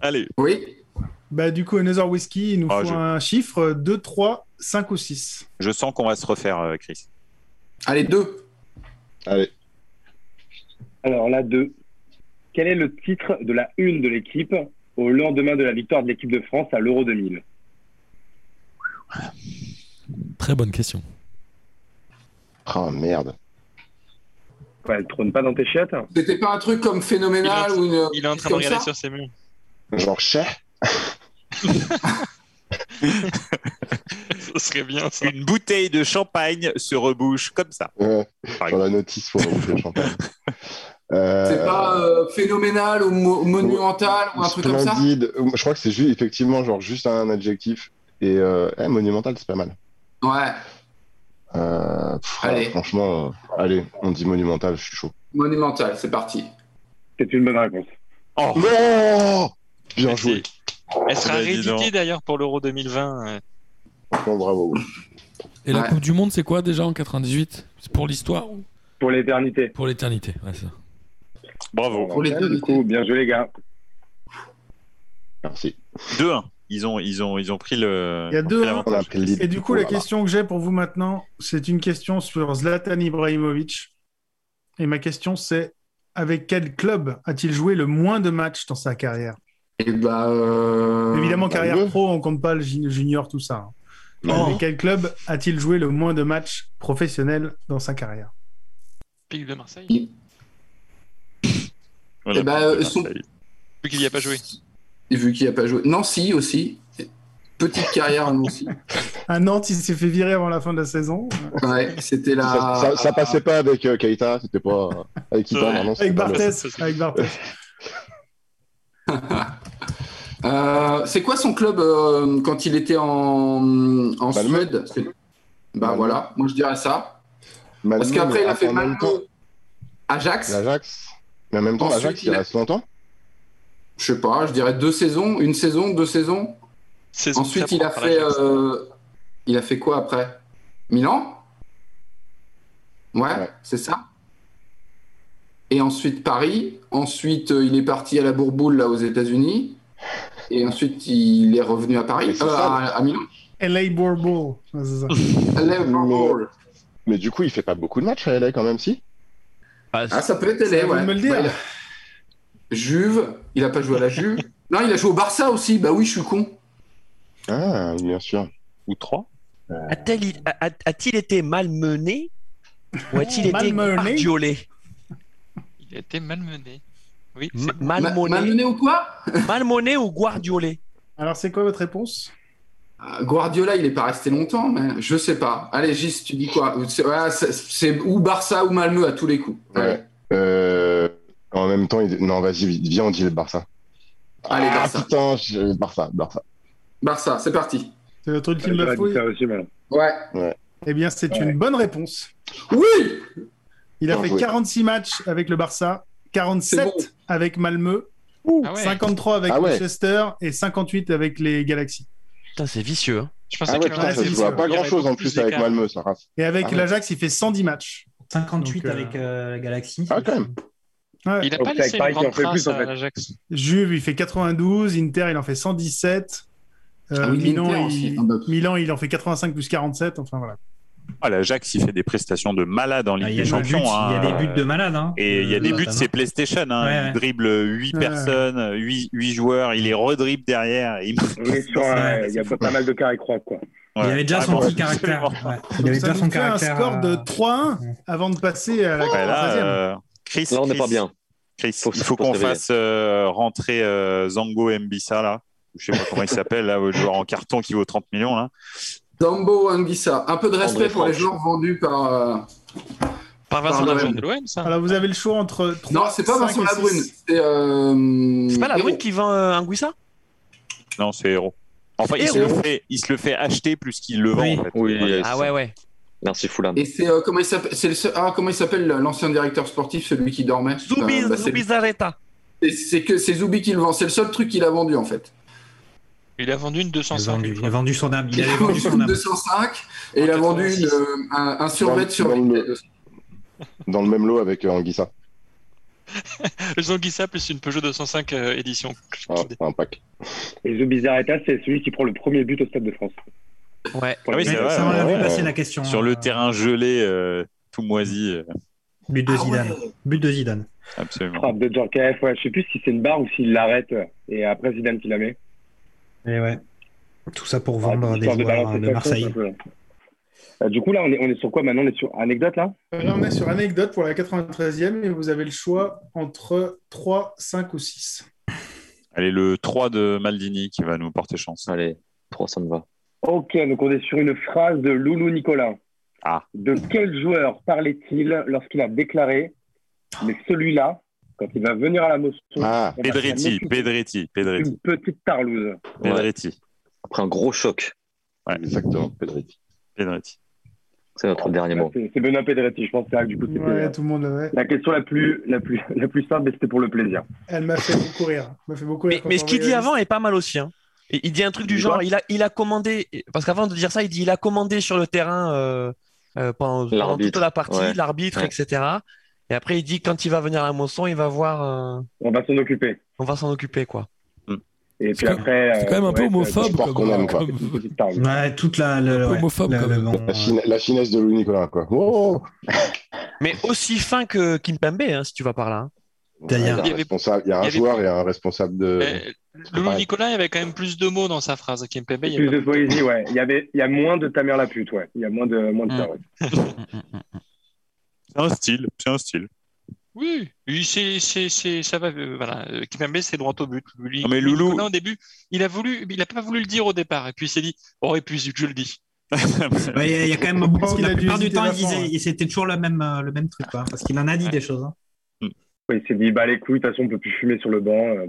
Allez,
Oui.
Bah, du coup, Another Whiskey, il nous
Ah,
faut
je-
un chiffre 2, 3, 5 ou 6.
je sens qu'on va se refaire, euh, Chris.
Allez, deux.
Allez,
Alors là, deux. Quel est le titre de la une de l'équipe au lendemain de la victoire de l'équipe de France à l'Euro 2000
Très bonne question.
oh merde.
Quoi, Elle trône pas dans tes chiottes hein.
C'était pas un truc comme phénoménal
Il est en-
ou une.
Il est en train de
comme
regarder
ça
sur ses murs.
Genre chat
Ce serait bien ça.
Une bouteille de champagne se rebouche comme ça.
Ouais,
Par
dans euh, la notice pour reboucher le champagne.
C'est
Euh,
pas euh, phénoménal ou mo- monumental ou un truc comme ça
Splendide. Je crois que c'est juste, effectivement, genre juste un adjectif. Et euh, eh, monumental, c'est pas mal.
Ouais.
Euh, pff,
Allez.
franchement, euh, allez, on dit monumental, je suis chaud.
Monumental, c'est parti.
C'est une bonne réponse.
Oh,
Non Bien
Merci.
joué.
Ah,
Elle sera
Bah, dis donc.
rééditée d'ailleurs pour l'Euro 2020. euh.
Franchement, Oh, bravo.
Et la
Ouais.
Coupe du Monde, c'est quoi déjà en 98 C'est pour l'histoire ou
Pour l'éternité.
Pour l'éternité. Ouais, c'est ça.
bravo.
Pour les
Ok,
deux,
du
Du coup, bien joué les gars.
Merci.
2-1. Ils ont, ils, ont, ils ont pris le.
Il y a
ils ont
deux,
pris
hein.
On a
l'avantage.
pris le lead.
Et du coup,
Oh
la
là là.
question que j'ai pour vous maintenant, c'est une question sur Zlatan Ibrahimovic. Et ma question, c'est avec quel club a-t-il joué le moins de matchs dans sa carrière
Et bah. euh,
Évidemment,
bah,
carrière
le-
pro, on compte pas le ju- junior, tout ça. hein.
Non,
Avec quel club a-t-il joué le moins de matchs professionnels dans sa carrière
Olympique de Marseille.
On a
Eh ben,
pris le
euh, son-
Marseille.
Vu qu'il n'y a pas joué.
Et vu qu'il a pas joué. Nancy aussi. Petite carrière à Nancy.
À Nantes, il s'est fait virer avant la fin de la saison.
Ouais, c'était la.
Ça, ça- ça passait pas avec euh, Keita, c'était pas euh, avec Keita,
Ouais.
non, non, c'était
Avec
pas le-
Barthez. Avec Barthez.
Euh, c'est quoi son club euh, quand il était en, en
Malmö.
Suède C'est- Bah
Malmö.
voilà, moi je dirais ça.
Malmö,
Parce qu'après, il
mais
a fait
en
Malmö,
même temps,
Ajax.
L'Ajax. Mais en même temps,
Ensuite,
l'Ajax, il
il a-
reste longtemps.
Je sais pas, je dirais deux saisons, une saison, deux saisons.
Saison
Ensuite,
très
il a
propre à
fait.
l'Ajax.
euh, il a fait quoi après Milan ouais,
Ouais.
c'est ça. Et ensuite Paris. Ensuite, euh, il est parti à la Bourboule, là, aux États-Unis. Et ensuite, il est revenu à Paris,
Mais c'est
euh,
ça,
à, à Milan.
LA Bourbon. Ouais, c'est ça.
À la Bourboule.
Mais du coup, il fait pas beaucoup de matchs à LA quand même, si
Ah,
Ah, ça peut être
C'est à
LA,
vous de
ouais.
me le dire.
Bah, il a- Juve, il a pas joué à la Juve. non, il a joué au Barça aussi. Bah oui, je suis con.
Ah, bien sûr.
Ou 3.
A-t-il a- a- a-t-il été malmené ou a-t-il été
Malmené
mardiolé
Il a été malmené. Oui,
Ma-
c'est
Ma-
Malmené
Malmené ou quoi
Malmené ou guardiolé
Alors, c'est quoi votre réponse
Ah, Guardiola, il est pas resté longtemps, mais je sais pas. Allez, Gis, tu dis quoi C'est ouais, c'est- c'est ou Barça ou Malmö à tous les coups.
Ouais.
Allez,
Euh, en même temps, il... non, vas-y, viens, on dit le Barça.
Allez,
ah,
Barça.
putain, je- Barça, Barça.
Barça, c'est parti.
C'est le truc qui me
Euh,
J'aurais dit
fouille.
ça aussi, moi.
Ouais.
Eh bien, c'est une bonne réponse.
Oui
Il a
Bien
fait
joué.
46 matchs avec le Barça, 47
C'est bon.
avec Malmö,
Ah ouais.
53 avec
Ah ouais.
Manchester et 58 avec les Galaxies.
Putain, c'est vicieux. hein.
Je pensais
Ah ouais,
qu'il
putain,
reste
ça se
dix,
voit
ouais.
pas
Il y aurait
grand-chose en
beaucoup
plus
plus
avec
d'écart.
Malmö, ça rase.
Et avec
Ah ouais.
l'Ajax, il fait 110 matchs.
58
Donc, euh,
avec euh, la Galaxie.
Ah, quand même.
Ouais.
Il n'a pas laissé une euh, grande trace à l'Ajax.
Juve, il fait 92. Inter, il en fait 117. euh,
Ah oui,
Milan,
l'Inter
il...
aussi,
Milan, il en fait 85 plus 47. Enfin, voilà.
Ah, l'Ajax, il fait des prestations de malade en Ligue
Ah, il y a des
des Champions.
buts- il y a
hein.
des buts de malade, hein.
Et il y a
Euh,
des buts,
notamment.
c'est PlayStation. Hein.
Ouais, ouais.
Il dribble 8
Ouais.
personnes, 8, joueurs, il les redribble derrière. Il marque.
On est sur un- il y a pas, pas mal de carrés croix, quoi.
Ouais,
il avait déjà son
carrément.
petit caractère.
Absolument.
ouais. Il avait
Ça
déjà son
nous fait un
caractère. euh,
score de 3-1 avant de passer à la
Ouais, là,
93e.
euh, Chris,
Là, on n'est
Chris,
pas bien.
Chris, il
faut
faut qu'on
se réveiller.
fasse euh, rentrer euh, Zango Mbissa, là. Je sais pas comment il s'appelle, là, le joueur en carton qui vaut 30 millions, là.
Zambo Anguissa, un peu de respect
André
pour les
Franck.
joueurs vendus par. euh,
Par
Vincent Pardon, Labrune.
Alors, vous avez le choix entre 3,
Non, c'est pas Vincent Labrune. C'est
C'est pas la brune
euh...
qui vend euh, un Gouissa
Non, c'est héros. Enfin, il se, le
Héros.
fait, il se le fait acheter plus qu'il le vend.
Oui.
en
Oui,
fait. Ah Voilà,
oui,
c'est
Ah
ça.
ouais, ouais.
Merci Fulham.
Et c'est euh, comment il s'appelle c'est le seul- ah, comment il s'appelle l'ancien directeur sportif, celui qui dormait
Zubi,
Euh, bah, c'est-
Zubizarreta.
c'est- C'est que c'est Zubi qui le vend. C'est le seul truc qu'il a vendu en fait.
Il a vendu une 205.
Vendu. Il a vendu son âme. Il
Il
avait
a
vendu
vendu
son
une
âme.
205 et il a vendu une, euh, un, un survêt
Dans-
sur.
dans le- Dans le même lot avec euh, Anguissa.
Le Zonguissa plus une Peugeot 205 euh, édition.
Ah, c'est un pack.
Et Zubizarreta, c'est celui qui prend le premier but au Stade de France.
Ouais.
Ah oui,
Ouais,
c'est vrai,
ça, on l'a
ouais,
vu passer
ouais.
la question. hein.
Sur le terrain gelé, euh, tout moisi. euh,
But
Ah
de Zidane. But de Zidane.
absolument.
Frappe de Djorkaeff, ouais, je sais plus si c'est une barre ou s'il l'arrête. euh, Et après, Zidane qui la met.
Et Eh ouais. Tout ça pour
Ah,
vendre des
histoire
joueurs euh,
balancer
de
ça,
Marseille.
ça, ça. Euh, Du coup, là, on est, on est sur quoi maintenant On est sur anecdote, là
Euh, Là, on est sur anecdote pour la 93e et vous avez le choix entre 3, 5 ou 6.
Allez, le 3 de Maldini qui va nous porter chance.
Allez, 3, ça me va.
Ok, donc on est sur une phrase de Loulou Nicolas.
Ah.
De quel joueur parlait-il lorsqu'il a déclaré Mais celui-là, quand il va venir à la motion,
Ah,
on va faire
Pedretti,
une-
Pedretti, Pedretti,
une petite tarlouse.
Pedretti.
Après un gros choc,
exactement, Pedretti.
Pedretti.
c'est notre dernier mot.
C'est c'est Benoît Pedretti, je pense que c'est vrai que du coup, c'était euh,
Ouais, tout le monde, ouais.
la question la plus, la plus, la plus simple, mais c'était pour le plaisir.
Elle m'a fait beaucoup rire. Elle m'a fait beaucoup rire
Mais,
quand
mais
on
ce qu'il
voyait
dit
la
avant est pas mal aussi. hein. Il il dit un truc du
Il dit
genre,
quoi
il a, il a commandé, parce qu'avant de dire ça, il dit il a commandé sur le terrain euh, euh, pendant, pendant
L'arbitre,
toute la partie,
ouais.
l'arbitre,
Ouais.
etc. Et après, il dit quand il va venir à Monson, il va voir, euh,
On va s'en occuper.
on va s'en occuper, quoi.
Et
C'est
puis
quand-
après. euh,
c'est quand même un peu homophobe
sport
comme-
qu'on aime, quoi.
comme-
une petite tarlouse.
Ouais, toute la. le- ouais,
homophobe,
la-
quand
le-
même.
bon,
La, chine- la finesse de Louis Nicolas, quoi. Oh
Mais aussi fin que Kimpembe, hein, si tu vas par là. hein.
D'ailleurs.
Ouais, il y a un
Il y avait-
responsable- il y a
il y
un
avait-
joueur et un responsable de.
Mais Loulou
Ah, bah,
pareil.
Nicolas il avait quand même plus de mots dans sa phrase. Kimpembe, il y
Plus
avait
de poésie, ouais. Il y, avait, il y a moins de ta mère la pute, ouais. Il y a moins de, moins de
Mm.
ça, ouais.
C'est un style, c'est un style.
Oui, oui, c'est, c'est, c'est, ça va. euh, voilà, Euh, Kimpembe, c'est droit au but. Lui,
Non, Ah, mais
lui,
Loulou-
Nicolas, au début, il a voulu, il a pas voulu le dire au départ. Et puis il s'est dit, aurait pu que je le dis.
Ouais, Il y a- il y a quand même
Oh,
beaucoup.
Parce qu'il
la
a dû
plupart du
hésiter
temps, il
vachement,
disait, c'était toujours le même, euh, le même truc, hein, parce qu'il en a dit des choses. hein.
Ouais, Il s'est dit, bah les couilles, de toute façon, on peut plus fumer sur le banc. euh,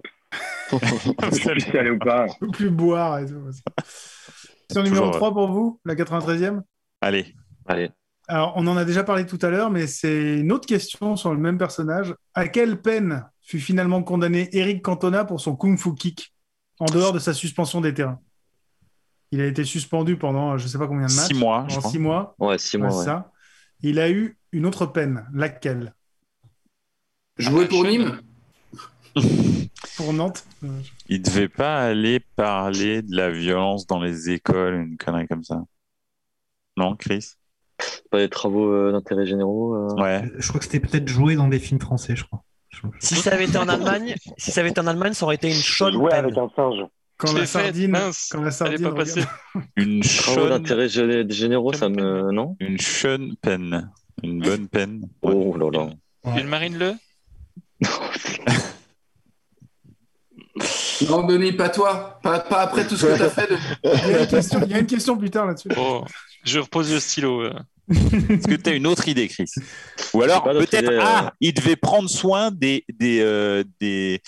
Je sais plus si aller ou pas.
Je peux plus boire et tout. Question
Toujours,
numéro
ouais.
3 pour vous, la 93e.
Allez,
Allez,
Alors, on en a déjà parlé tout à l'heure, mais c'est une autre question sur le même personnage. À quelle peine fut finalement condamné Eric Cantona pour son Kung Fu Kick en dehors de sa suspension des terrains Il a été suspendu pendant euh, je ne sais pas combien de matchs.
6 mois, je
Pendant
crois.
six mois.
ouais, 6
Ouais,
mois.
c'est
ouais.
ça. Il a eu une autre peine. Laquelle
Jouer
Ah,
pour
je-
Nîmes
Pour Nantes Euh,
Il devait pas aller parler de la violence dans les écoles, une connerie comme ça. Non, Chris
Pas des travaux euh, d'intérêt généraux. euh,
Ouais.
Je crois que c'était peut-être joué dans des films français, je crois. Je-
Si ça avait été en Allemagne, si ça avait été en Allemagne, ça aurait été une chaude
Jouer
peine.
avec un singe.
Quand
Je
la
l'ai fait,
sardine.
mince.
Quand la
Elle est
sardine.
pas passée.
regarde-
Une
Travaux
chaude
d'intérêt gé- généraux, ça me. Non
une chaude peine. Une bonne peine. Ouais.
Oh là là.
Une Marine Le.
Non, Denis, pas toi. Pas, pas après tout ce que t'as fait. De...
Il y a une question- il y a une question plus tard là-dessus.
Oh, je repose le stylo. euh.
Est-ce que tu as une autre idée, Chris Ou alors,
pas d'autre
peut-être,
idée, euh.
ah, il devait prendre soin des, des, euh, des,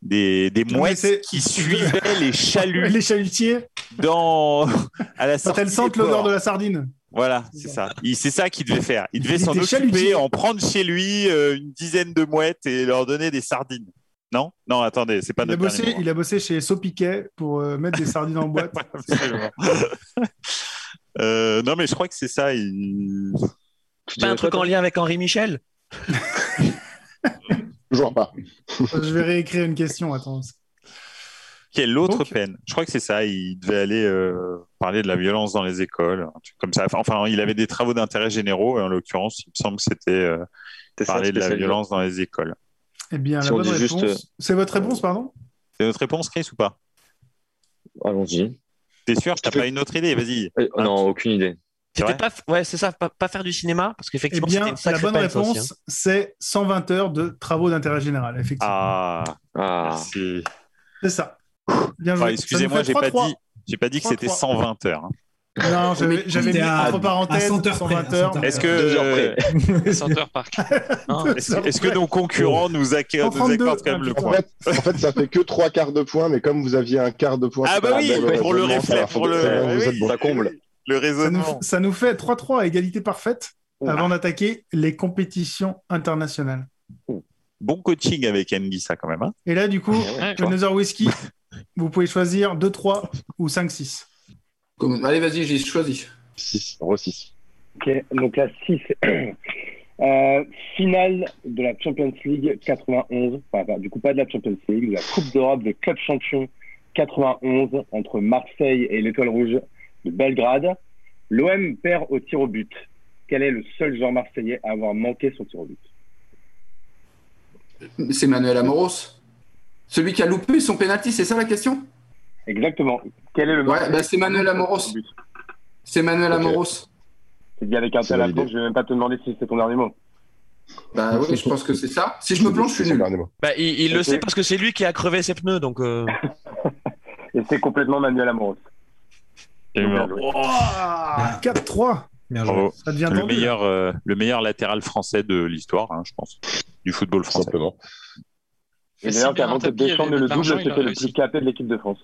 des, des
mais
mouettes
c'est-
qui suivaient les chaluts
Les chalutiers,
dans, à la
quand
sortie.
elles sentent
des ports.
l'odeur de la sardine.
Voilà, c'est ça. Il- C'est ça qu'il devait faire. Il devait
Il
s'en
était
occuper,
chalutier.
en prendre chez lui euh, une dizaine de mouettes et leur donner des sardines. Non Non, attendez, c'est pas
Il a,
notre
bossé,
Ah, dernier
il a bossé chez Sopiquet pour euh, mettre des sardines en boîte.
mot. Absolument. Euh, non, mais je crois que c'est ça. il-
Ben, Pas un truc en lien avec Henri Michel
Toujours pas.
Euh, Je vais réécrire une question, attends.
Quelle autre peine Je crois que c'est ça. Il devait aller euh, parler de la violence dans les écoles, un truc comme ça. Enfin, il avait des travaux d'intérêt généraux. et En l'occurrence, il me semble que c'était euh,
C'est ça,
parler de la
spécialement.
violence dans les écoles.
Eh bien,
Si
la
on
bonne
dit
réponse.
juste, euh,
C'est votre réponse, pardon
C'est notre réponse, Chris, ou pas
Allons-y. Euh,
T'es sûr T'as pas une autre idée Vas-y.
oh non, aucune idée.
vrai
C'était pas, f- ouais, c'est ça, pas, pas faire du cinéma, parce
Eh
qu'effectivement,
bien,
c'était une
la
sacrée
bonne
peine, ça aussi, hein.
réponse, c'est 120 heures de travaux d'intérêt général, effectivement.
Ah, merci.
C'est ça. Bien joué.
Enfin,
Ça nous
excusez-moi,
fait
j'ai pas
3-3.
dit, j'ai pas dit que c'était
3-3.
120 heures. hein.
Non, j'avais-
Mais
j'avais mis
c'était à-
entre parenthèses
à 100 heures près,
120
à
heures.
100 heures.
Est-ce que,
Deux heures
euh,
Non,
est-ce que, est-ce que nos concurrents nous, acqu- nous
132,
accordent quand même le
En
point
fait, en fait, ça fait que trois quarts de point, mais comme vous aviez un quart de point,
Ah
c'est
bah
pas
oui,
la bonne
pour le
raisonnement, ça va
réflexe, pour
faire-
le-
vous
oui,
êtes bon.
Ça comble.
Le
Ça nous,
raisonnement.
ça nous fait 3-3 à égalité parfaite avant d'attaquer les compétitions internationales.
Bon coaching avec Andy, ça quand même. hein.
Et là, du coup,
ouais,
le Another Whisky, vous pouvez choisir 2-3 ou 5-6.
Comme- Allez, vas-y, j'ai choisi.
6, re 6.
Ok, donc la 6. Euh, finale de la Champions League 91, enfin pas- du coup pas de la Champions League, de la Coupe d'Europe des clubs champions 91 entre Marseille et l'Étoile Rouge de Belgrade. L'OM perd au tir au but. Quel est le seul joueur marseillais à avoir manqué son tir au but
C'est Manuel Amoros. Celui qui a loupé son penalty, c'est ça la question
Exactement. Quel est le
Ouais, bah, c'est Manuel Amoros. C'est Manuel
Ok.
Amoros.
C'est dit avec un
C'est
tel
validé.
accent, je vais même pas te demander si c'est ton dernier mot.
Bah oui, je pense que c'est ça. Si je me plante, je suis
C'est son
nul.
dernier mot.
hein. Bah, il, il le
Ok.
sait parce que c'est lui qui a crevé ses pneus, donc. euh,
Et c'est complètement Manuel Amoros.
Il est
Donc,
mort.
bien joué.
4-3,
Bien joué.
Bravo.
ça devient
Oh, Le
tendu.
meilleur, euh, le meilleur latéral français de l'histoire, hein, je pense, du football
Tout
français.
Simplement.
Et
Mais
d'ailleurs,
si bien
qu'avant que
Tapie
Deschamps
avait
ne le
de l'argent,
double,
il
c'était
aurait
le
réussi.
plus capé de l'équipe de France.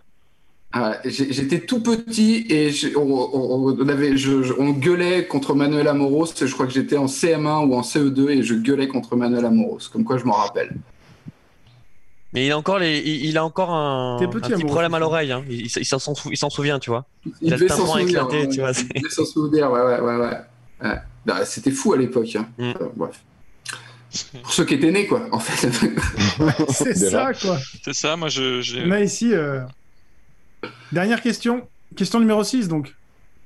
Ah, j'ai- J'étais tout petit et je- on, on- on avait, je- je- on gueulait contre Manuel Amoros. Je crois que j'étais en CM1 ou en CE2 et je gueulais contre Manuel Amoros. Comme quoi, je m'en rappelle.
Mais il a encore, les, il, il a encore un,
T'es
un
petit,
petit
amoureux,
problème à
c'est
l'oreille. hein. Il, il s'en- il s'en sou- il s'en souvient, tu vois.
Il
a le
devait s'en
tympan
souvenir.
éclaté,
ouais,
tu vois, c'est-
il devait s'en souvenir, ouais, ouais, ouais. ouais. Ouais. Bah, C'était fou à l'époque. hein.
Mm.
Euh, bref. Pour ceux qui étaient nés, quoi, en fait.
C'est ça,
Déjà.
quoi.
C'est ça, moi je. je-
On a ici. euh, Dernière question. Question numéro 6, donc.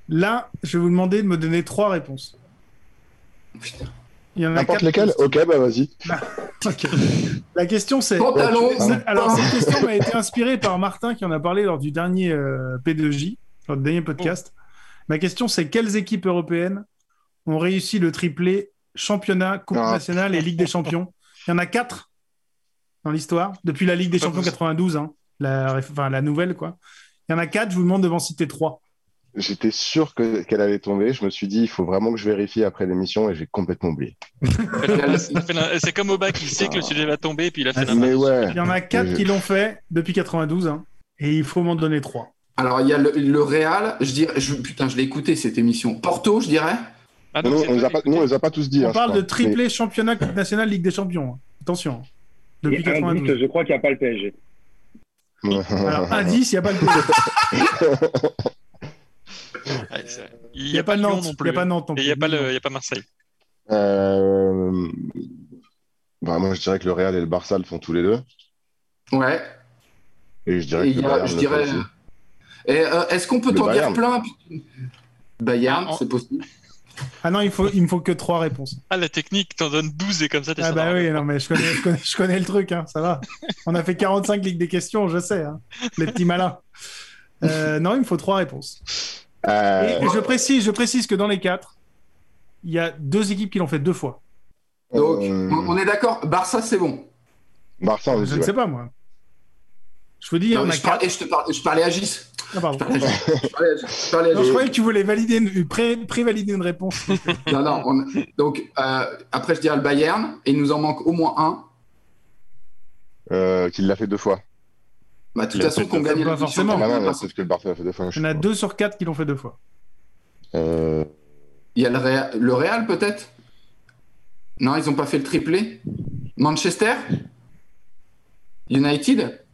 Là, je vais vous demander de me donner trois réponses.
Putain.
Il y en a
N'importe
quatre.
lesquels Ok, bah vas-y.
Ok. La question, c'est.
Pantalon,
Pardon.
c'est
Alors,
pas-
cette question m'a été inspirée par Martin qui en a parlé lors du dernier euh, P2J, lors du dernier podcast. Ma question, c'est quelles équipes européennes ont réussi le triplé championnat, Coupe
Ah.
nationale et Ligue des champions Il y en a quatre dans l'histoire, depuis la Ligue des champions 92, hein, la, enfin, la nouvelle, quoi. Il y en a quatre, je vous demande de m'en citer trois.
J'étais sûr que- qu'elle allait tomber. Je me suis dit, il faut vraiment que je vérifie après l'émission et j'ai complètement oublié.
Il fait l'in- C'est comme au bac, il sait que le sujet va tomber et puis il a fait
Ah,
l'inverse.
Mais ouais.
Il y en a quatre
je-
qui l'ont fait depuis 92, hein, et il faut m'en donner trois.
Alors, il y a le, le Real. Je dirais, je- putain, je l'ai écouté cette émission. Porto, je dirais.
Ah, donc
Non,
c'est
on les a
toi
pas,
qui-
non, on les a pas tous dit.
On
hein, je
parle
crois.
de triplé championnat, Coupe nationale, Ligue des champions. hein. Attention, hein. depuis
Et indice,
92.
je crois qu'il n'y a pas le PSG.
Mais-
Alors,
ah.
indice, il n'y a pas le
Ah, c'est-
Il n'y a, pas
Lyon
Nantes.
non
Il n'y
plus.
a pas Nantes non
Et
plus.
il n'y a, pas le- il y a pas Marseille.
Euh, bah, moi, je dirais que le Real et le Barça le font tous les deux.
Ouais.
Et je dirais
Et
que
il y
le
a-
Bayern
je
le fait
dirais- euh,
aussi.
Et, euh, Est-ce qu'on peut
Le
t'en dire
Bayern.
plein Bayern,
Ah, en-
c'est possible.
Ah non, il, faut, il me faut que trois réponses.
Ah, la technique, t'en donnes 12 et comme ça, t'es
Ah
sûr
bah
d'avoir
oui,
le-
non, mais je connais, je connais, je connais le truc, hein, ça va. On a fait 45 ligues des questions, je sais, hein, les petits malins. Euh, non, il me faut trois réponses. Et,
Euh,
et je, précise, je précise que dans les quatre, il y a deux équipes qui l'ont fait deux fois.
Donc,
euh,
on on est d'accord, Barça, c'est bon.
Barça, on
je
le dit.
ne
ouais.
sais pas, moi. Je vous dis, il y en
Non,
a
je, parle-
quatre.
et je te parle, je parlais à Gis.
Ah, pardon.
Je parlais à Gis. Je parlais à
Non,
Gis.
je croyais que tu voulais valider une, pré- pré-valider une réponse.
Non, non, on- Donc, euh, après, je dirais le Bayern, et il nous en manque au moins un.
Euh, Qu'il l'a fait deux fois.
Bah, de toute
Il a
façon,
fait
qu'on gagne
deux fois,
la Ligue des
forcément.
Champions,
Ah non, non,
parce
sauf que le Barça l'a fait deux fois. je
Il y en a
crois.
deux sur quatre qui l'ont fait deux fois.
Euh,
Il y a le Real, le Real, peut-être Non, ils n'ont pas fait le triplé. Manchester United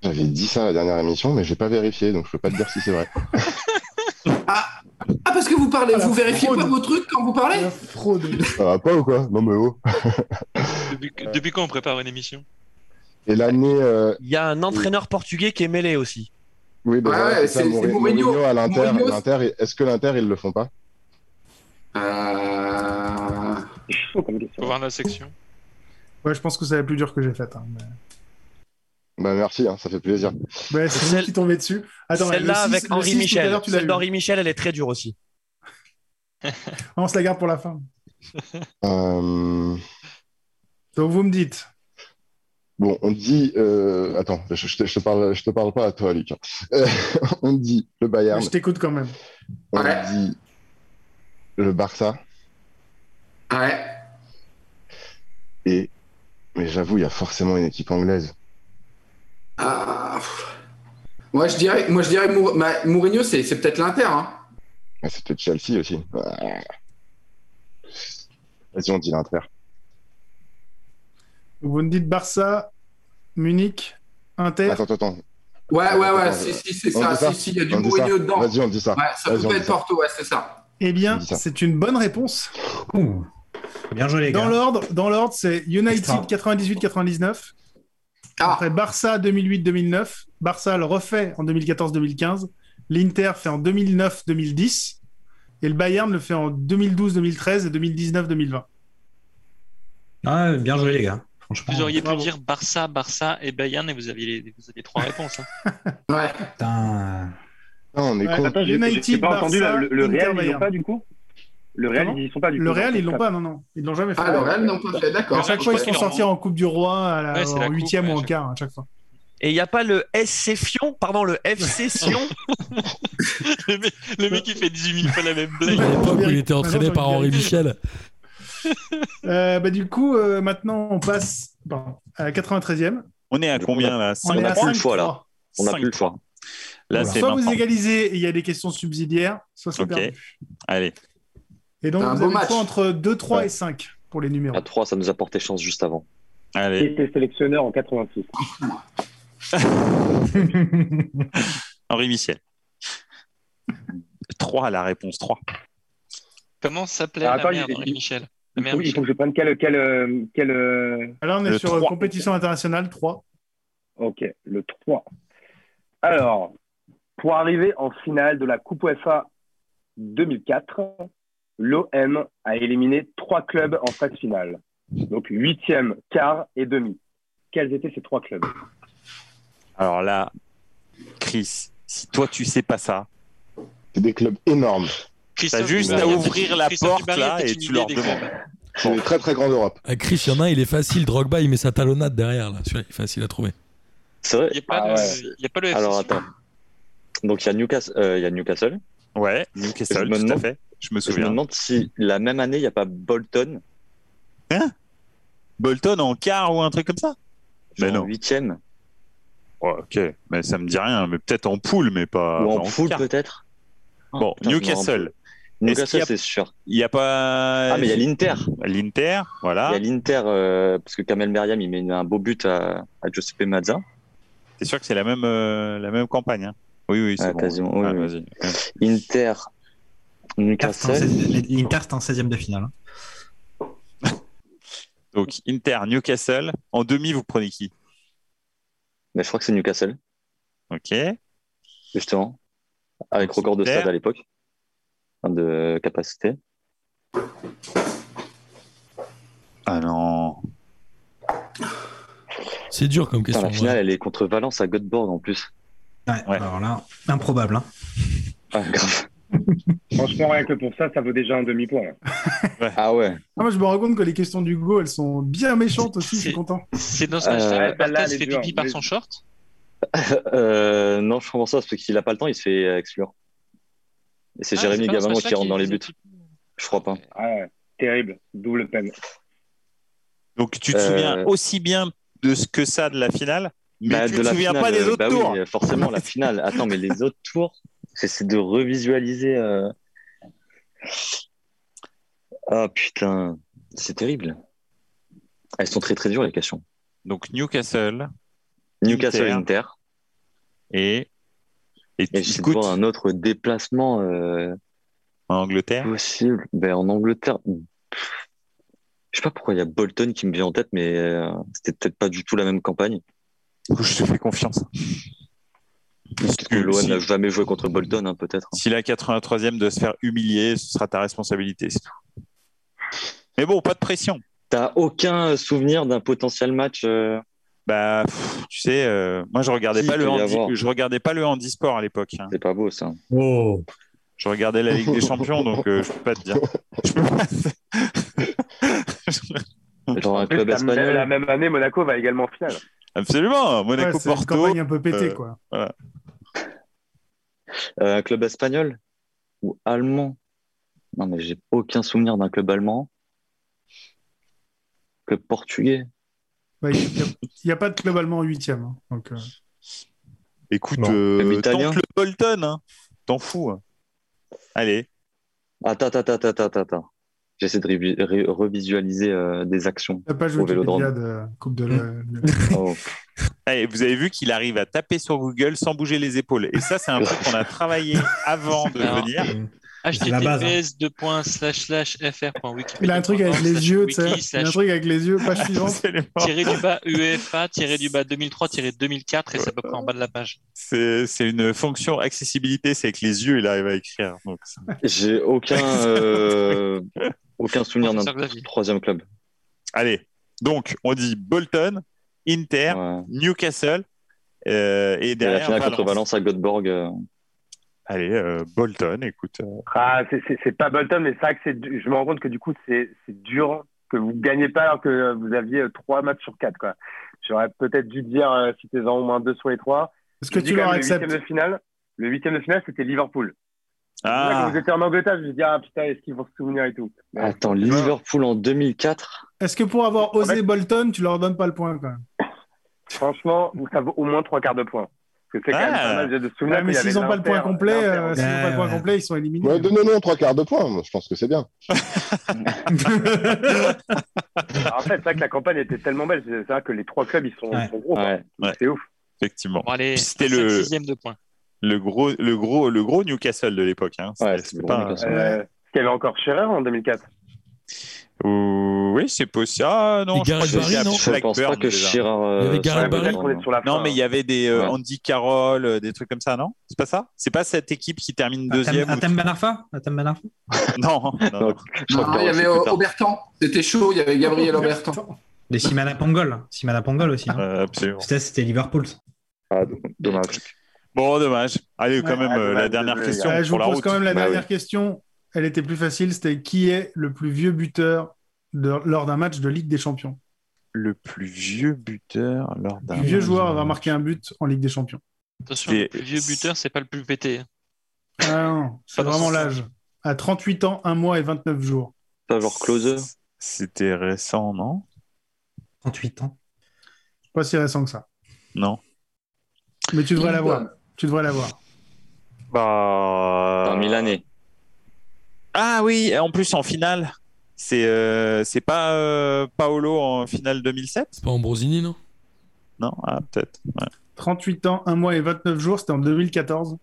J'avais dit ça à la dernière émission, mais j'ai pas vérifié, donc je peux pas te dire si c'est vrai.
Ah, parce que vous parlez,
Ah, la
vous vérifiez
fraude.
pas vos trucs quand vous parlez
La fraude.
Ça va pas ou quoi Non mais oh
Depuis, depuis quand on prépare une émission
Et l'année. euh,
Il y a un entraîneur portugais qui est mêlé aussi.
Oui,
Ah
ben
Ah
Ouais,
voilà,
ouais,
c'est ça,
c'est-
Mouri-
c'est Mourinho.
Mourinho à l'Inter.
Mourinho,
l'Inter, est- Est-ce que l'Inter, ils le font pas
Euh.
Faut voir la section.
Ouais, je pense que c'est la plus dure que j'ai faite. hein, mais-
Bah merci, hein, ça fait plaisir.
Ouais, c'est vous qui tombez dessus. Attends, le
Celle-là
six-
avec
le
Henri
six, tout à
Michel.
l'heure, tu l'as
Celle
eu.
d'Henri Michel, elle est très dure aussi.
On se la garde pour la fin.
Euh,
Donc vous me dites.
Bon, on dit. euh, Attends, je, je te, je te parle, je te parle pas à toi, Luc. Euh, on dit le Bayern.
Je t'écoute quand même.
On dit le Barça.
Ouais.
Et mais j'avoue, il y a forcément une équipe anglaise.
Ah, pff. moi, je dirais, moi, je dirais Mour- ma- Mourinho, c'est c'est peut-être l'Inter. hein.
Ah, C'est peut-être Chelsea aussi. Ah. Vas-y, on dit l'Inter.
Donc, vous me dites Barça, Munich, Inter.
Attends, attends.
Ouais, ouais, ouais,
Attends,
si,
euh,
si, c'est
on
ça.
dit ça
Si, si, il y a du
On dit
Mourinho
ça
dedans.
Vas-y, on dit ça.
Ouais, ça
Vas-y,
peut
on
pas
dit
être
ça.
Porto, ouais, c'est ça.
Eh bien, c'est une bonne réponse.
Bien joué, les
Dans
gars.
l'ordre, dans l'ordre, c'est United
Extra.
98-99.
Ah.
Après Barça 2008-2009, Barça le refait en 2014-2015, l'Inter fait en 2009-2010 et le Bayern le fait en 2012-2013 et 2019-2020.
Ah, bien joué, les gars. Franchement.
Vous auriez pu dire Barça, Barça et Bayern et vous aviez, les- vous aviez trois réponses. hein.
Ouais.
Putain.
on
Ouais, attends, j'ai- United,
j'ai pas entendu
Barça,
là, le, le
Inter,
Real, ils l'ont
Bayern.
pas du coup Le Real,
Comment
ils y sont pas du
Le
coup.
Real,
dans
ils
ce
l'ont
cas.
pas, non, non. Ils l'ont jamais fait.
Ah, le Real n'ont pas fait, d'accord.
À chaque
Je
fois, ils
crois
sont
qu'ils
sortis en Coupe du Roi, à la-
Ouais, c'est la
en
coupe,
huitième
ouais,
ou en
je-
quart, à chaque fois.
Et il n'y a pas le SC Fion, pardon, le FC Fion.
le, mec, le mec, il fait 18 000 fois la même blague.
À l'époque où il était
Maintenant, j'ai
entraîné par
envie de
Henri Michel.
Euh, bah, du coup, euh, maintenant, on passe bon, à 93e.
On est à combien là
On est à
n'a plus
cinq,
le choix là.
trois.
On n'a
Cinq.
plus le choix. Là, c'est
soit vous
maintenant.
égalisez et il y a des questions subsidiaires, soit c'est
Ok.
perdu.
Allez.
Et donc,
Un
vous
beau
avez le
match.
choix entre 2, 3
Ouais.
et 5 pour les numéros.
À 3, ça nous a porté chance juste avant.
Qui
Allez.
était sélectionneur en 86
Henri Michel. 3, la réponse 3.
Comment s'appelait
Ah,
la
attends,
mère
il-
d'Henri Michel La
Il
mère
faut, il faut
Michel.
que je prenne quel. quel, euh, quel euh,
Alors, on est
Le
sur euh,
trois.
compétition internationale 3.
Ok, le 3. Alors, pour arriver en finale de la Coupe UEFA 2004, l'OM a éliminé trois clubs en phase finale. Donc huitième, quart et demi. Quels étaient ces trois clubs
Alors là, Chris, si toi tu sais pas ça,
C'est des clubs énormes.
t'as
Christophe
juste à
Dubarry a
ouvrir
fait-
la
Christophe
porte
Dubarry a
là
fait
et
une
tu
idée
leur
des
demandes.
clubs.
C'est des très très grande Europe.
À Chris, il y en a un, il est facile. Drogba, il met sa talonnade derrière. Là. Celui-là, il est facile à trouver.
C'est vrai
Il n'y a, pas
Ah
de-
ouais.
il y a pas le FC.
Alors attends. Donc il y a Newcastle. euh, il y a Newcastle.
Ouais,
Je me
Newcastle, tout à
demande-
fait. Je me
Je me
souviens.
demande si la même année, il n'y a pas Bolton,
Hein? Bolton en quart ou un truc comme ça Mais
genre en
non.
huitième,
Ouais, ok, mais ça me dit rien. Mais peut-être en poule, mais pas.
ou
pas
en foule
quart.
peut-être.
Ah,
Oh,
Bon,
Putain, je me
Newcastle.
rappelle.
Est-ce qu'il y
Newcastle,
a-
c'est sûr.
Il n'y a pas.
Ah, mais il y a l'Inter. Il
L'Inter,
y
voilà.
a l'Inter, euh, parce que Kamel Meriem, il met un beau but à, à Giuseppe Mazza.
C'est sûr que c'est la même, euh, la même campagne. hein. Oui, oui, c'est
Ah,
bon.
quasiment, oui,
Ah,
oui.
vas-y.
Inter,
L'Inter, c'est en
Newcastle.
16e l'Inter, c'est en 16e de finale.
Donc, Inter, Newcastle. En demi, vous prenez qui
Mais je crois que c'est Newcastle,
Ok.
justement. Avec record de
Inter.
stade à l'époque. Enfin, De capacité.
Ah non.
C'est dur comme
Putain,
question.
la finale,
ouais.
elle est contre Valence à Göteborg en plus.
hein. Ouais,
Ouais.
Alors là, improbable. Hein.
Ah, grave.
Franchement, rien que pour ça, ça vaut déjà un demi-point.
Ah ouais.
Ah, moi, je me rends compte que les questions d'Hugo, elles sont bien méchantes aussi, je suis
C'est-
content.
C'est dans ce
Euh,
match-là
ouais,
que
celle-là,
Barthez
elle est
fait
dure,
pipi par
mais-
son short
Euh, non, je comprends ça, parce qu'il n'a pas le temps, il se fait euh, exclure. Et c'est
Ah,
Jérémy
pas dans ce
Gavaman
match-là
qui rentre
qu'il
dans les
faisait
buts. Je crois pas.
Ah ouais, terrible, double peine.
Donc tu te
Euh,
souviens aussi bien de ce que ça de la finale, mais
Bah,
tu
de
te
la
souviens
finale,
pas des
euh,
autres
bah oui,
tours.
euh, forcément, la finale. Attends, mais les autres tours, j'essaie de revisualiser. euh. Ah putain, c'est terrible. Elles sont très très dures, les questions.
Donc Newcastle
Newcastle
Inter.
Inter.
et et,
Et
tu
j'essaie de
écoutes,
voir un autre déplacement euh,
en Angleterre.
possible. Ben, en Angleterre, hmm. Je sais pas pourquoi il y a Bolton qui me vient en tête, mais euh, c'était peut-être pas du tout la même campagne.
Je te fais confiance.
Peut-être que l'OM
si-
n'a jamais joué contre Bolton, hein, peut-être.
Si la 83e de se faire humilier, ce sera ta responsabilité, c'est tout. Mais bon, pas de pression.
T'as aucun souvenir d'un potentiel match
Bah, pff, tu sais, euh, moi je regardais
Si,
pas
il
le
peut y
handi-
avoir.
je regardais pas le handisport à l'époque. hein.
C'est pas beau ça.
Oh.
Je regardais la Ligue des Champions, donc euh, je peux pas te dire. Je peux pas
Genre un
En plus,
club
la-
espagnol.
La même année, Monaco va également en finale.
Absolument, Monaco
Ouais, c'est une
Porto.
campagne un peu pétée, quoi.
voilà.
Euh, un club espagnol ou allemand Non, mais j'ai aucun souvenir d'un club allemand. Club portugais
Il n'y a, pas de club allemand en huitième. hein, donc, euh.
Écoute,
Non.
euh,
Même
tant
italien.
que le Bolton, hein, t'en fous. hein. Allez.
Attends, attends, attends, attends, attends. J'essaie de revi- re- revisualiser euh, des actions
T'as pas
au
joué de
Vélodrome.
Coupe de la-
Oh.
Allez, Eh, vous avez vu qu'il arrive à taper sur Google sans bouger les épaules. Et ça, c'est un truc qu'on a travaillé avant de
Alors,
venir. la base,
https deux points slash slash frwikipedia
Il a un truc avec les yeux, tu sais.
Wiki
Il a un
slash-
truc avec les yeux, page suivante.
Tiré du bas UEFA, tiré du bas 2003, tiré 2004, et c'est à peu près en bas de la page.
C'est c'est une fonction accessibilité, c'est avec les yeux, il arrive à écrire. Donc, c'est-
J'ai aucun, euh, aucun souvenir d'un troisième club.
Allez, donc on dit Bolton, Inter, Newcastle euh, et
Et la
derrière
finale contre Valence à Göteborg. euh,
Allez, euh, Bolton, écoute. euh,
Ah, c'est- c'est c'est pas Bolton, mais c'est vrai que c'est du- je me rends compte que du coup, c'est c'est dur que vous gagnez pas alors que euh, vous aviez euh, trois matchs sur quatre. quoi. J'aurais peut-être dû dire euh, si t'es en au moins deux sur les trois.
Est-ce
que tu leur
Le
acceptes
huitième de finale, le huitième de finale, c'était Liverpool. C'est vrai que
Ah.
Vous étiez en Angleterre, je me dis ah putain, est-ce qu'ils vont se souvenir et tout.
Attends, Liverpool en 2004
Est-ce que pour avoir osé Bolton, tu leur donnes pas le point quand même
Franchement, ça vaut au moins trois quarts de point. Parce que c'est quand même
Ah.
pas mal j'ai de
Ouais,
souvenirs.
mais
qu'il y avait
s'ils n'ont pas le point
l'Inter.
complet,
l'Inter,
euh,
ouais.
s'ils n'ont pas le point
Ouais.
complet, ils sont éliminés.
Ouais, Donnez-nous trois quarts de points, moi, je pense que c'est bien.
Alors, en fait, c'est vrai que la campagne était tellement belle. C'est c'est vrai que les trois clubs, ils sont, ils sont gros. quoi. Oh, C'est ouf.
Effectivement.
allez,
Puis c'était le,
sixième de points.
le, gros, le, gros, le gros Newcastle de l'époque. Hein. C'était- c'était pas-
Euh, Est-ce qu'il y avait encore Scherer en 2004
Euh, Oui, c'est possible. Ah non,
Et
je crois
Gareth
que
Barry,
c'était
non
Blackburn,
Je pense pas que
déjà.
Shearer, euh, Il y avait Gareth soit Barry. peut-être qu'on est sur la
Non,
fin.
mais il y avait des euh,
Ouais.
Andy Carroll, euh, des trucs comme ça, non C'est pas ça C'est pas cette équipe qui termine deuxième
Atem Benarfa Atem Ben Benarfa
ou- Non, non, non.
Non, il y avait euh, Aubertan, c'était chaud, il y avait Gabriel Aubertan.
Des Simana Pongol. Simana Pongol aussi. hein.
absolument.
C'était c'était Liverpool. ça.
Ah, dommage.
Bon, dommage. Allez, quand
Ouais.
même,
Ah,
euh, la
dommage,
dernière
désolé,
question
Ouais, Eh, je vous
pour la
pose
route.
quand même la
Bah oui.
dernière question. Elle était plus facile. C'était qui est le plus vieux buteur de- lors d'un match de Ligue des Champions
Le plus vieux buteur lors d'un.
Le vieux joueur à avoir marqué un but en Ligue des Champions.
Attention, le plus vieux buteur, c'est pas le plus pété. hein.
Ah non, c'est
Pas dans
vraiment
ce sens.
l'âge. À 38 ans, 1 mois et 29 jours.
Pas genre Close.
C'était récent, non
38 ans.
Pas si récent que ça.
Non.
Mais tu devrais
Il
l'avoir.
donne.
Tu devrais l'avoir.
Bah.
euh,
Dans Milanais.
Ah oui, et en plus en finale, c'est euh, c'est pas euh, Paolo en finale 2007 C'est
pas Ambrosini, non
Non, ah, peut-être. ouais.
38 ans, 1 mois et 29 jours, c'était en 2014.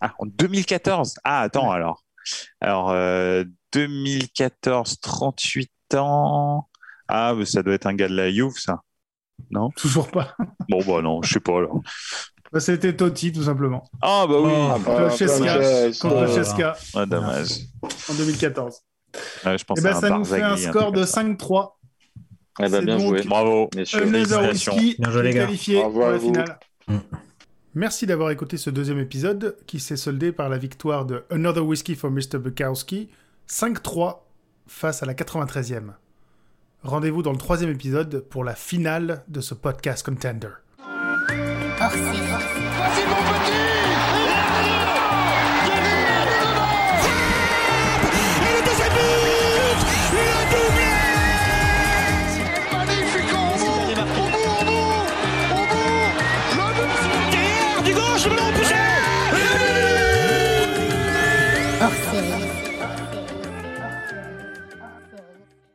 Ah, en 2014 Ah, attends alors. Alors, euh, 2014, 38 ans. Ah, mais ça doit être un gars de la Juve, ça. Non
Toujours pas.
Bon, bah non, je sais pas alors.
Bah, C'était Totti, tout simplement.
Ah, bah oui.
Oh, contre Cesca. Contre Cesca.
Ah, dommage.
En 2014
Ouais, je pense
Et ben,
à un
ça nous fait un
Barzagli,
score
truc
de
comme ça.
5-3.
Eh ben,
C'est
bien
donc
joué.
Bravo.
messieurs.
Another
Félicitations.
Whisky
Bien joué, les
est
gars. Mm.
qualifié
Bravo
pour
à
la
vous.
finale. Merci d'avoir écouté ce deuxième épisode qui s'est soldé par la victoire de Another Whiskey for Mr. Bukowski 5-3 face à la 93e. Rendez-vous dans le troisième épisode pour la finale de ce podcast Contender.
Voici mon petit